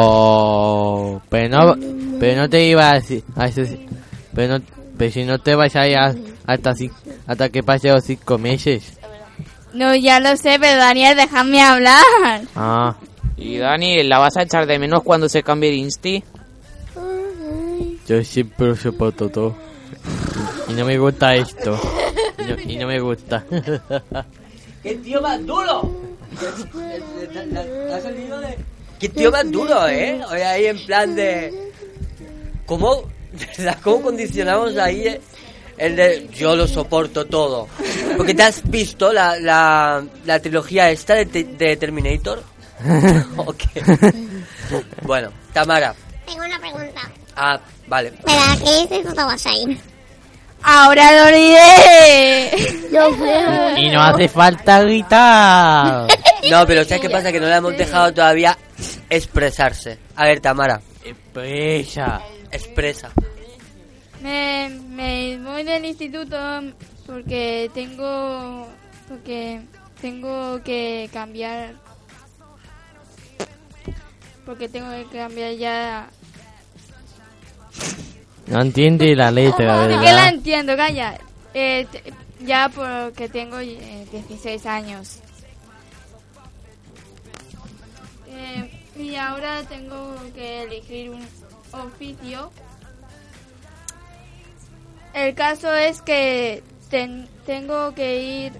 S4: Oh. Pero no, pero no te iba a decir. a ese- Pero, no- pero si no te vas a ir a- hasta, cin- hasta que pase los cinco meses.
S7: No, ya lo sé, pero Daniel, déjame hablar.
S4: Ah.
S8: Y Dani, ¿la vas a echar de menos cuando se cambie el insti?
S4: Yo siempre lo soporto todo. Y no me gusta esto. Y no, y no me gusta.
S3: ¡Qué tío más duro! ¡Qué tío más duro, eh! Hoy ahí en plan de... ¿Cómo, ¿verdad? ¿Cómo condicionamos ahí eh, el de yo lo soporto todo? Porque te has visto la, la, la trilogía esta de, Te- de Terminator. ok. Bueno, Tamara.
S6: Tengo una pregunta.
S3: Ah, vale.
S6: ¿Para qué instituto vas a ir?
S7: Ahora lo olvidé.
S6: Eh, Yo creo.
S4: Y no hace falta gritar.
S3: No, pero ¿sabes qué pasa? Que no la hemos dejado todavía expresarse. A ver, Tamara.
S4: Expresa.
S3: Expresa.
S7: Me, me voy del instituto porque tengo porque tengo que cambiar porque tengo que cambiar ya.
S4: No entiende la letra,
S7: Es que la
S4: ¿verdad?
S7: entiendo, calla. Eh, te- ya porque tengo eh, 16 años. Y ahora tengo que elegir un oficio. El caso es que ten- tengo que ir...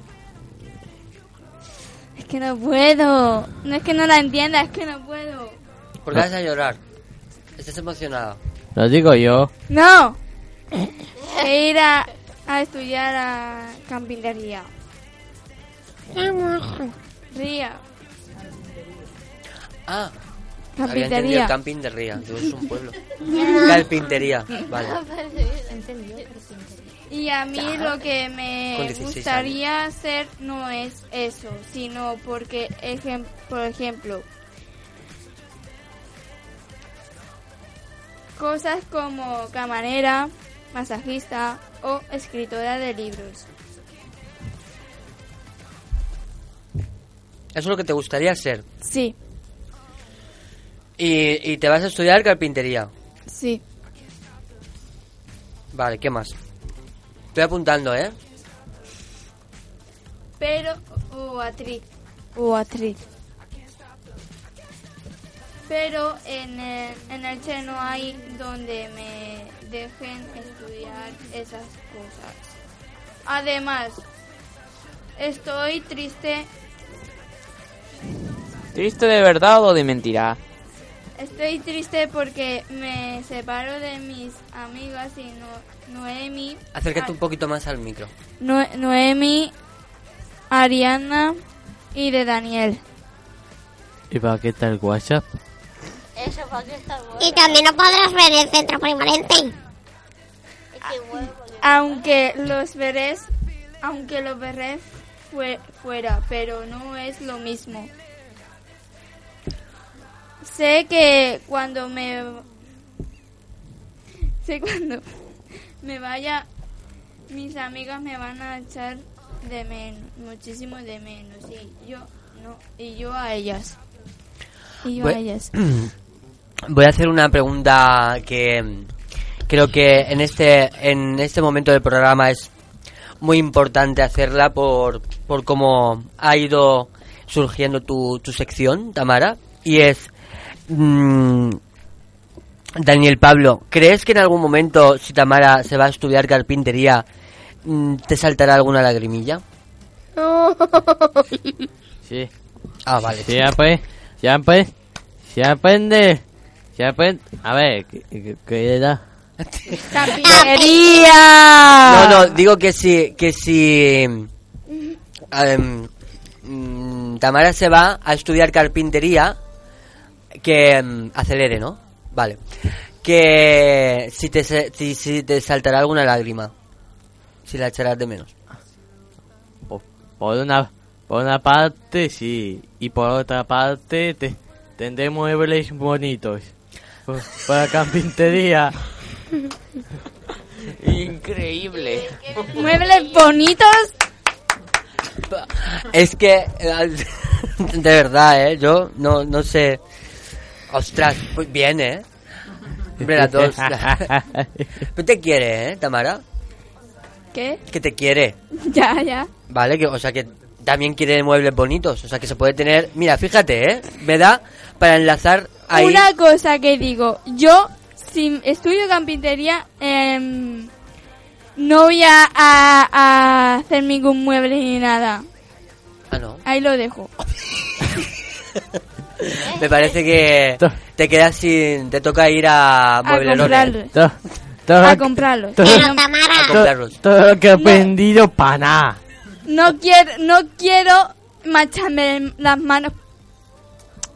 S7: Es que no puedo. No es que no la entienda, es que no puedo.
S3: ¿Por qué vas a llorar? Estás emocionada.
S4: Lo digo yo.
S7: No. Que E ir a, a estudiar a Campinería. Ría.
S3: Ah. Había entendido
S7: Carpintería.
S3: camping de Ría. Digo, es un pueblo. Carpintería. Vale.
S7: Y a mí lo que
S3: Con
S7: me
S3: 16 años.
S7: gustaría hacer no es eso, sino porque, ejem- por ejemplo, cosas como camarera, masajista o escritora de libros.
S3: Eso es lo que te gustaría ser.
S7: Sí,
S3: Y, y te vas a estudiar carpintería.
S7: sí.
S3: Vale, ¿qué más? Estoy apuntando, ¿eh?
S7: Pero, o actriz.
S10: O actriz.
S7: Pero en el, en el Che no hay donde me dejen estudiar esas cosas. Además, estoy triste,
S8: ¿Triste de verdad o de mentira?
S7: estoy triste porque me separo de mis amigas y no, Noemi,
S3: Acércate un poquito más al micro.
S7: Noe- Noemi, Ariana y de Daniel.
S4: ¿Y para qué está el WhatsApp?
S5: Eso, ¿para qué está bueno?
S6: Y también no podrás ver el centro permanente.
S7: Aunque los verés, aunque los veré fue- fuera, pero no es lo mismo. Sé que cuando me sé cuando me vaya mis amigas me van a echar de menos, muchísimo de menos y yo no y yo a ellas. Y yo a ellas.
S3: Voy a hacer una pregunta que mm, creo que en este en este momento del programa es muy importante hacerla por, por cómo ha ido surgiendo tu, tu sección, Tamara. Y es, mm, Daniel Pablo, ¿crees que en algún momento, si Tamara se va a estudiar carpintería, mm, te saltará alguna lagrimilla?
S4: Sí.
S3: Ah, vale.
S4: Sí, ya pues. Ya pues. Ya aprende. Ya aprende. A ver, ¿qué, qué, qué era?
S5: Ah.
S3: ¡Carpintería! No, no, digo que si, que si em, mm, Tamara se va a estudiar carpintería, que em, acelere, ¿no? Vale. Que si te, se- si, si te saltará alguna lágrima, si la echarás de menos.
S4: Por una, por una parte, sí. Y por otra parte, te, tendré muebles bonitos. Por- Para carpintería.
S8: Increíble.
S7: Muebles bonitos.
S3: Es que, eh, de verdad, ¿eh? Yo no, no sé. Ostras, pues bien, ¿eh? Hombre, las dos. Pero te quiere, ¿eh, Tamara?
S7: ¿Qué?
S3: Que te quiere.
S7: Ya, ya.
S3: Vale, que, o sea que también quiere muebles bonitos. O sea que se puede tener. Mira, fíjate, ¿eh? Me da para enlazar ahí.
S7: Una cosa que digo, yo si estudio carpintería em, no voy a, a- a hacer ningún mueble ni nada.
S3: Ah, no.
S7: Ahí lo dejo.
S3: Me parece que te quedas sin. Te toca ir a mueblerones.
S7: comprarlos.
S3: Ah,
S7: A
S4: comprar
S7: comprarlos.
S4: Pero,
S7: No,
S3: A comprarlos.
S4: Todo lo que he aprendido para nada.
S7: no quiero, no quiero macharme las manos de,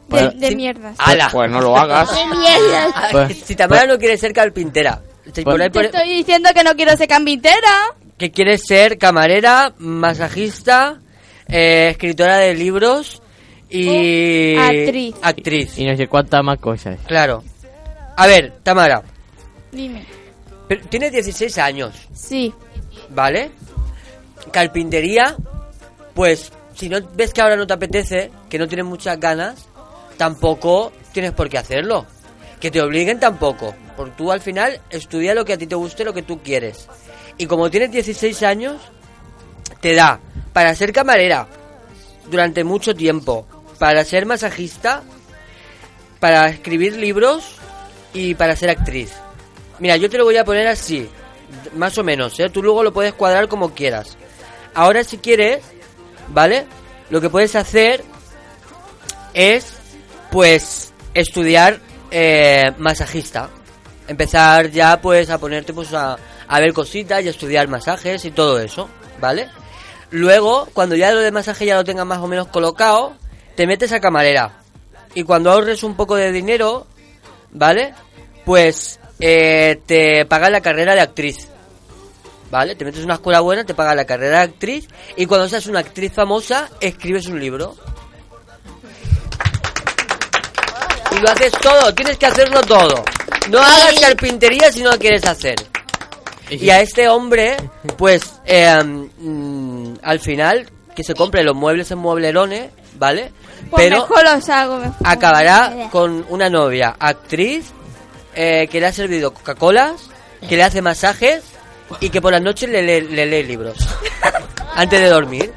S4: Bueno,
S7: de
S4: sí.
S7: mierdas.
S3: ¡Hala!
S8: Pues no lo hagas.
S7: De mierdas.
S4: Pues-
S3: si Tamara no quiere ser carpintera. si por ahí-
S7: Te
S3: por- e-
S7: estoy diciendo que no quiero ser carpintera.
S3: que quieres ser camarera, masajista, eh, escritora de libros y.
S7: Oh, actriz.
S3: Actriz.
S4: Y no sé cuántas más cosas.
S3: Claro. A ver, Tamara.
S7: Dime.
S3: pero Tienes 16 años.
S7: Sí.
S3: ¿Vale? Carpintería, pues si no ves que ahora no te apetece, que no tienes muchas ganas, tampoco tienes por qué hacerlo. Que te obliguen tampoco. Porque tú al final estudia lo que a ti te guste, lo que tú quieres. Y como tienes 16 años, te da para ser camarera durante mucho tiempo, para ser masajista para escribir libros y para ser actriz. Mira, yo te lo voy a poner así, más o menos, ¿eh? Tú luego lo puedes cuadrar como quieras. Ahora si quieres, ¿vale? Lo que puedes hacer es, pues, estudiar eh, masajista. Empezar ya, pues, a ponerte, pues, a, a ver cositas y a estudiar masajes y todo eso, ¿vale? Luego, cuando ya lo de masaje ya lo tengas más o menos colocado, te metes a camarera. Y cuando ahorres un poco de dinero, ¿vale? Pues eh, te paga la carrera de actriz. ¿Vale? Te metes en una escuela buena, te paga la carrera de actriz. Y cuando seas una actriz famosa, escribes un libro. Y lo haces todo, tienes que hacerlo todo. No hagas carpintería si no lo quieres hacer. Y a este hombre, pues, eh, mm, al final, que se compre los muebles en mueblerones, ¿vale?
S7: Pues
S3: Pero
S7: mejor los hago. mejor.
S3: acabará con una novia, actriz, eh, que le ha servido Coca-Colas, que le hace masajes y que por las noches le, lee- le lee libros. Antes de dormir.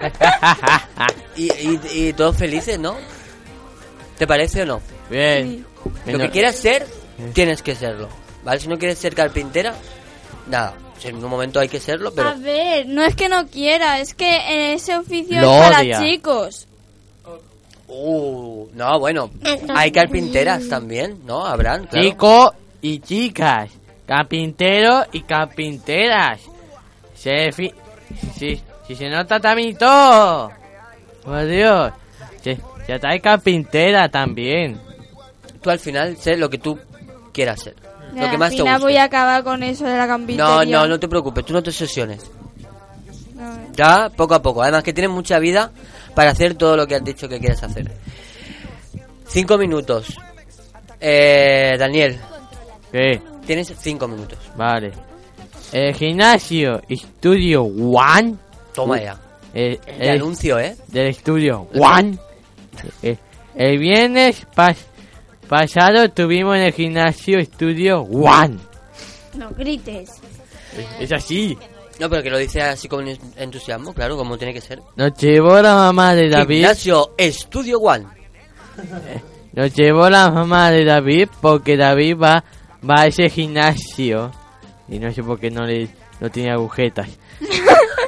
S3: Y, y- y todos felices, ¿no? ¿Te parece o no?
S4: Bien.
S3: Lo que
S4: Señor.
S3: quieras ser, tienes que serlo. ¿Vale? Si no quieres ser carpintera, nada. O sea, En un momento hay que serlo, pero
S7: A ver, no es que no quiera, es que eh, ese oficio
S3: Lo
S7: es para
S3: odia.
S7: chicos.
S3: Uh, no, bueno, hay carpinteras también, ¿no? Habrán, claro.
S4: Chicos y chicas, carpinteros y carpinteras. Se fi- si, si se nota también todo. Por Dios. Se, se trae carpintera también.
S3: Tú al final sé lo que tú quieras ser. Lo
S7: Ya,
S3: que más
S7: al
S3: te
S7: final
S3: guste.
S7: voy a acabar con eso de la
S3: No,
S7: campintería.
S3: no, no te preocupes, tú no te obsesiones.
S7: No.
S3: Ya, poco a poco. Además que tienes mucha vida para hacer todo lo que has dicho que quieres hacer. Cinco minutos. Eh, Daniel.
S4: ¿Qué?
S3: Tienes cinco minutos.
S4: Vale. El gimnasio Studio One.
S3: Toma
S4: Uh,
S3: ya.
S4: eh,
S3: Te anuncio, ¿eh?
S4: Del estudio One. Eh, el viernes pas- pasado estuvimos en el gimnasio Studio One.
S7: No grites.
S4: Es así.
S3: No, pero que lo dices así con en- entusiasmo, claro, como tiene que ser.
S4: Nos llevó la mamá de Eh, David.
S3: Gimnasio Estudio One.
S4: Nos llevó la mamá de David porque David va, va a ese gimnasio. Y no sé por qué no le no tiene agujetas.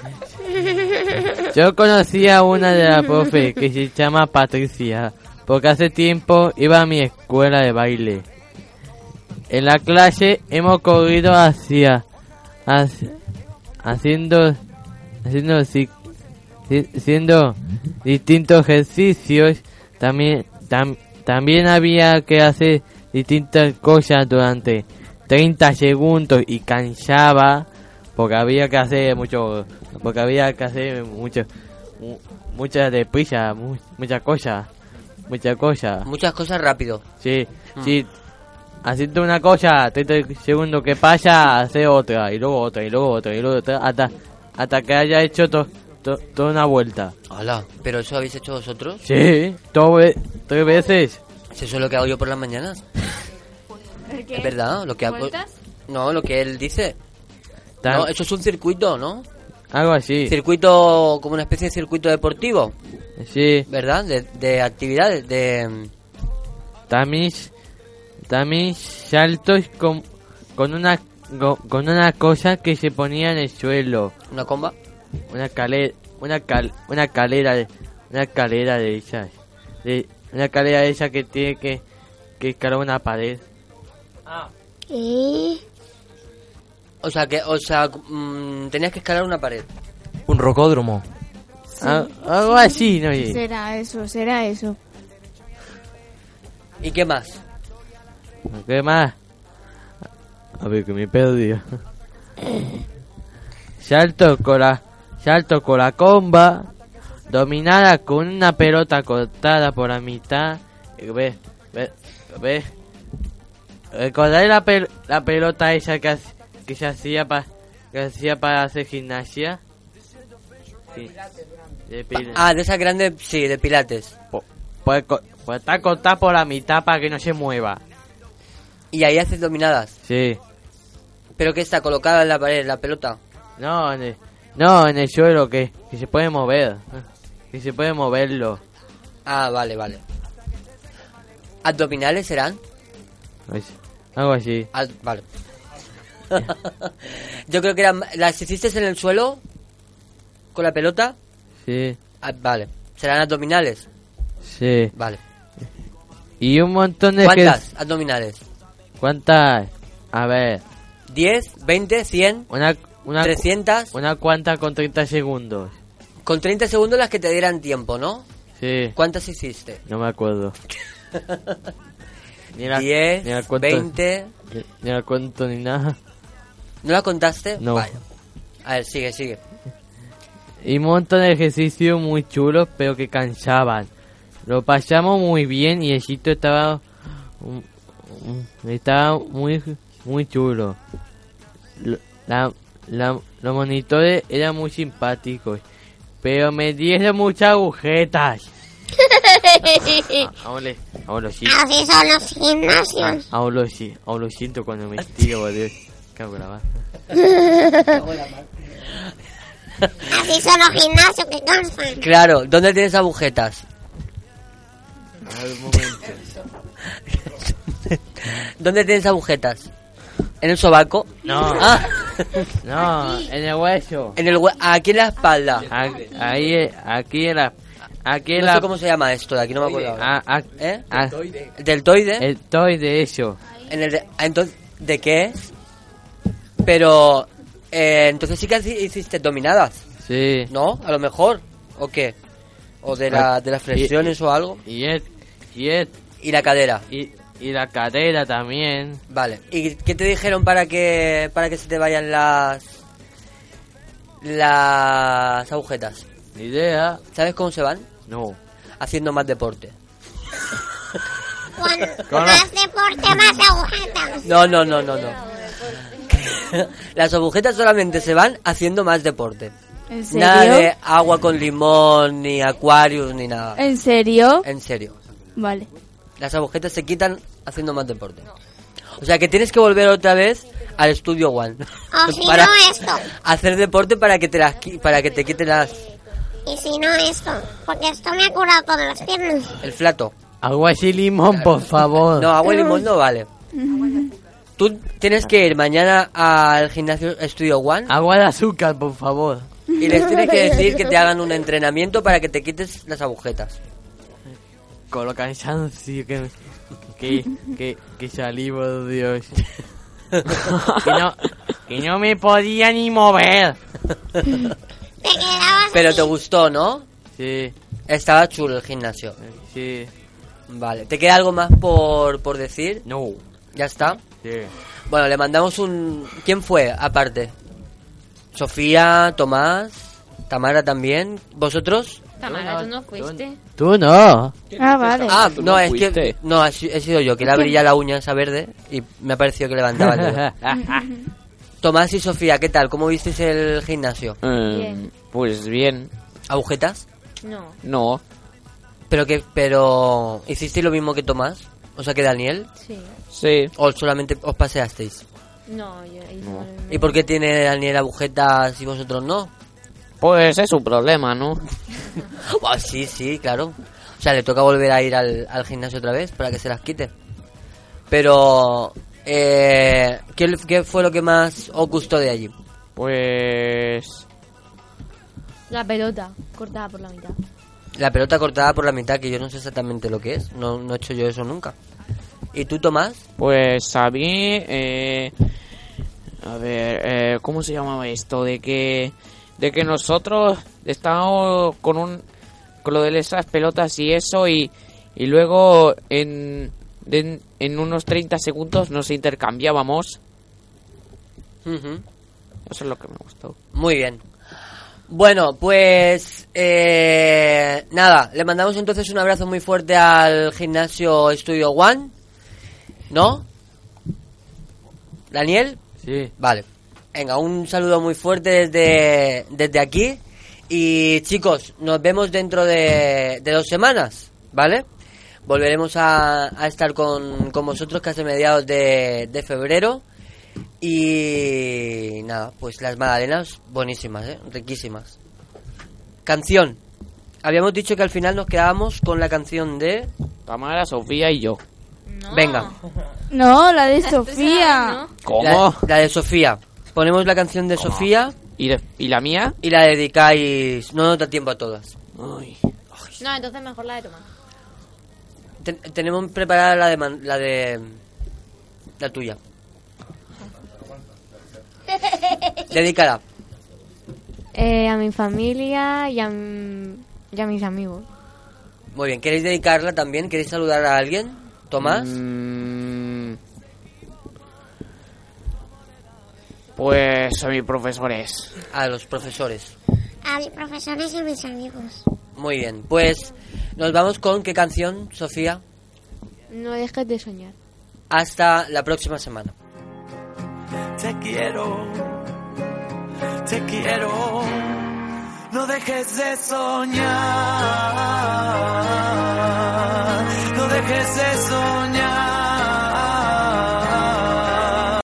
S4: Yo conocí a una de las profe que se llama Patricia, porque hace tiempo iba a mi escuela de baile. En la clase hemos corrido hacia, hacia- haciendo haciendo ci- ci- haciendo distintos ejercicios, también tam- también había que hacer distintas cosas durante 30 segundos y cansaba porque había que hacer mucho porque había que hacer mucho mu- muchas deprisa mu- muchas cosas muchas cosas
S3: Muchas cosas rápido.
S4: sí
S3: Mm.
S4: sí haciendo una cosa 30 segundos que pasa hacer otra y luego otra y luego otra y luego otra hasta hasta que haya hecho to- to- toda una vuelta
S3: Hola, ¿pero eso habéis hecho vosotros?
S4: sí todo ve- tres veces
S3: Si eso es lo que hago yo por las mañanas. Es verdad, lo que hago...
S7: ¿Vueltas?
S3: No, lo que él dice.
S4: Tan-
S3: No, eso es un circuito, ¿no?
S4: algo así
S3: Circuito, como una especie de circuito deportivo,
S4: sí
S3: ¿verdad? De, de actividades, de...
S4: también también saltos con con una go- con una cosa que se ponía en el suelo
S3: una comba
S4: una calera una cal una calera de- una calera de esas de, una calera de esas que tiene que que escalar una pared
S3: O sea, que, o sea, mm, tenías que escalar una pared.
S9: Un rocódromo.
S4: Al- Ah, algo así no sé.
S7: Será eso, será eso.
S3: ¿Y qué más?
S4: ¿Qué más? A ver, que me perdido. salto con la... Salto con la comba. Dominada con una pelota cortada por la mitad. Y Ve, ve, ve. ¿Recordáis la, pel- la pelota esa que, hac- que se hacía para... Que hacía para hacer gimnasia? Sí. De pil-
S3: Ah, de esas grandes, sí, de pilates.
S4: Pues, co- pues está cortada por la mitad para que no se mueva.
S3: Y ahí haces dominadas.
S4: Sí.
S3: ¿Pero que está colocada en la pared, la pelota?
S4: No, en el, no, en el suelo que, que se puede mover. Que se puede moverlo.
S3: Ah, vale, vale. ¿Abdominales serán?
S4: Ay, Algo así.
S3: Al- vale. Yo creo que eran... ¿Las hiciste en el suelo? ¿Con la pelota?
S4: Sí,
S3: Ah, vale. ¿Serán abdominales?
S4: sí.
S3: Vale.
S4: Y un montón de... que-
S3: ¿Cuántas abdominales?
S4: ¿Cuántas? A ver.
S3: ¿10? ¿20? ¿100?
S4: Una, una,
S3: ¿300?
S4: Una cuanta con 30 segundos.
S3: Con 30 segundos las que te dieran tiempo, ¿no?
S4: Sí,
S3: ¿Cuántas hiciste?
S4: no me acuerdo.
S3: 10,
S4: ni la cuenta.
S3: 20...
S4: Ni- Ni la cuento ni nada.
S3: ¿No las contaste?
S4: No.
S3: Vaya. A ver, sigue, sigue.
S4: Y un montón de ejercicios muy chulos, pero que cansaban. Lo pasamos muy bien y el sitio estaba, um, um, estaba muy, muy chulo. Lo- la- la- los monitores eran muy simpáticos, pero me dieron muchas agujetas. Ahora, le- ahora lo siento.
S6: Así son los gimnasios.
S4: Ah, ahora lo si- ahora lo siento cuando me estiro, Dios. Cago en la mar.
S6: Así son los gimnasios que cansan.
S3: Claro, ¿dónde tienes agujetas?
S4: Al momento.
S3: ¿Dónde tienes agujetas? ¿En el sobaco?
S4: No.
S3: Ah.
S4: No, en el hueso.
S3: En el hue- aquí en la espalda.
S4: Aquí, ahí, eh, aquí en la... Aquí en
S3: no
S4: la...
S3: sé cómo se llama esto, de aquí no me acuerdo. ahora.
S4: Ah, ah,
S3: ¿Eh?
S4: ah,
S3: ¿Deltoide?
S4: estoy de eso.
S3: En el de, ah, entonces, ¿de qué? Pero, eh, entonces sí que haci- hiciste dominadas,
S4: Sí. Pues,
S3: ¿no? A lo mejor, ¿o qué? ¿O de, la, de las flexiones o algo?
S4: Y es, y es,
S3: Y la cadera,
S4: y, y la cadera también.
S3: vale. ¿Y qué te dijeron para que, para que se te vayan las, las agujetas?
S4: Ni idea.
S3: ¿Sabes cómo se van?
S4: No.
S3: Haciendo más deporte.
S6: Cuan-
S4: Claro.
S6: Más deporte, más agujetas.
S3: No, no, no, no, no. Las agujetas solamente se van haciendo más deporte.
S7: ¿En serio?
S3: Nada de agua con limón, ni acuarios, ni nada.
S7: ¿En serio?
S3: En serio.
S7: Vale.
S3: Las agujetas se quitan haciendo más deporte. O sea que tienes que volver otra vez al estudio One.
S6: O si
S3: Para-
S6: Ah, no esto.
S3: Hacer deporte para que te las qui- para que te quiten las
S6: Y si no esto. Porque esto me ha curado todas las piernas.
S3: el flato.
S4: Agua y limón, por favor.
S3: No, agua y limón no vale.
S7: Mm.
S3: Tú tienes que ir mañana al gimnasio Estudio One
S4: Agua de azúcar, por favor.
S3: y les tienes que decir que te hagan un entrenamiento para que te quites las agujetas.
S4: Con lo cansancio que, que, que, que salivo, Dios. que, no, que no me podía ni mover.
S6: Te quedabas
S3: Pero te gustó, ¿no?
S4: Sí,
S3: Estaba chulo el gimnasio.
S4: sí.
S3: Vale, ¿te queda algo más por, por decir?
S4: No.
S3: Ya está.
S4: Sí.
S3: Bueno, le mandamos un... ¿Quién fue aparte? Sofía, Tomás, Tamara también. ¿Vosotros?
S12: Tamara, tú no fuiste.
S4: Tú no.
S7: Ah, vale.
S3: Ah,
S12: tú
S3: no,
S12: no
S3: es que...
S12: fuiste.
S3: No, he, si- he sido yo, que le abría la uña esa verde y me ha parecido que levantaba el dedo. Tomás y Sofía, ¿qué tal? ¿Cómo visteis el gimnasio?
S8: Eh,
S12: Bien.
S8: Pues bien,
S3: Ah. ¿Agujetas?
S12: No.
S8: no.
S3: ¿Pero que pero hicisteis lo mismo que Tomás? O sea, que Daniel.
S12: Sí.
S8: Sí,
S3: ¿O solamente os paseasteis?
S12: No, yo hice lo mismo.
S3: ¿Y por qué tiene Daniel agujetas y vosotros no?
S8: pues es un problema, ¿no?
S3: Buah, sí, sí, claro. O sea, le toca volver a ir al, al gimnasio otra vez para que se las quite. Pero, eh, ¿qué, qué fue lo que más os gustó de allí?
S8: Pues...
S12: La pelota, cortada por la mitad.
S3: La pelota cortada por la mitad, que yo no sé exactamente lo que es. No, no he hecho yo eso nunca. ¿Y tú, Tomás?
S8: Pues a mí... eh, a ver, eh, ¿cómo se llamaba esto? De que... De que nosotros estábamos con un... Con lo de esas pelotas y eso y... Y luego en... En, en unos 30 segundos nos intercambiábamos.
S3: Ujú.
S8: Eso es lo que me gustó.
S3: Muy bien. Bueno, pues eh, nada, le mandamos entonces un abrazo muy fuerte al gimnasio Estudio One, ¿no? Daniel,
S4: Sí.
S3: vale. Venga, un saludo muy fuerte desde, desde aquí. Y chicos, nos vemos dentro de, de dos semanas, ¿vale? Volveremos a, a estar con, con vosotros casi a mediados de, de febrero. Y nada, pues las magdalenas buenísimas, ¿eh? riquísimas. Canción. Habíamos dicho que al final nos quedábamos con la canción de...
S8: Tamara, Sofía y yo.
S3: Venga.
S7: No, la de
S10: La
S7: Sofía.
S3: ¿Cómo? La, la de Sofía. Ponemos la canción de Sofía.
S8: ¿Y, la mía?
S3: Y la dedicáis. No nos da tiempo a todas.
S10: No, entonces mejor la de Tomás.
S3: Ten- tenemos preparada la de. man- La, de la tuya. Dedicada.
S10: Eh, a mi familia y a, m- y a mis amigos.
S3: Muy bien. ¿Queréis dedicarla también? ¿Queréis saludar a alguien? Tomás.
S8: Mm. Pues a mis profesores.
S3: A los profesores.
S11: A mis profesores y a mis amigos.
S3: Muy bien. Pues nos vamos con qué canción, Sofía.
S10: No dejes de soñar.
S3: Hasta la próxima semana.
S2: Te quiero, te quiero, no dejes de soñar, no dejes de soñar.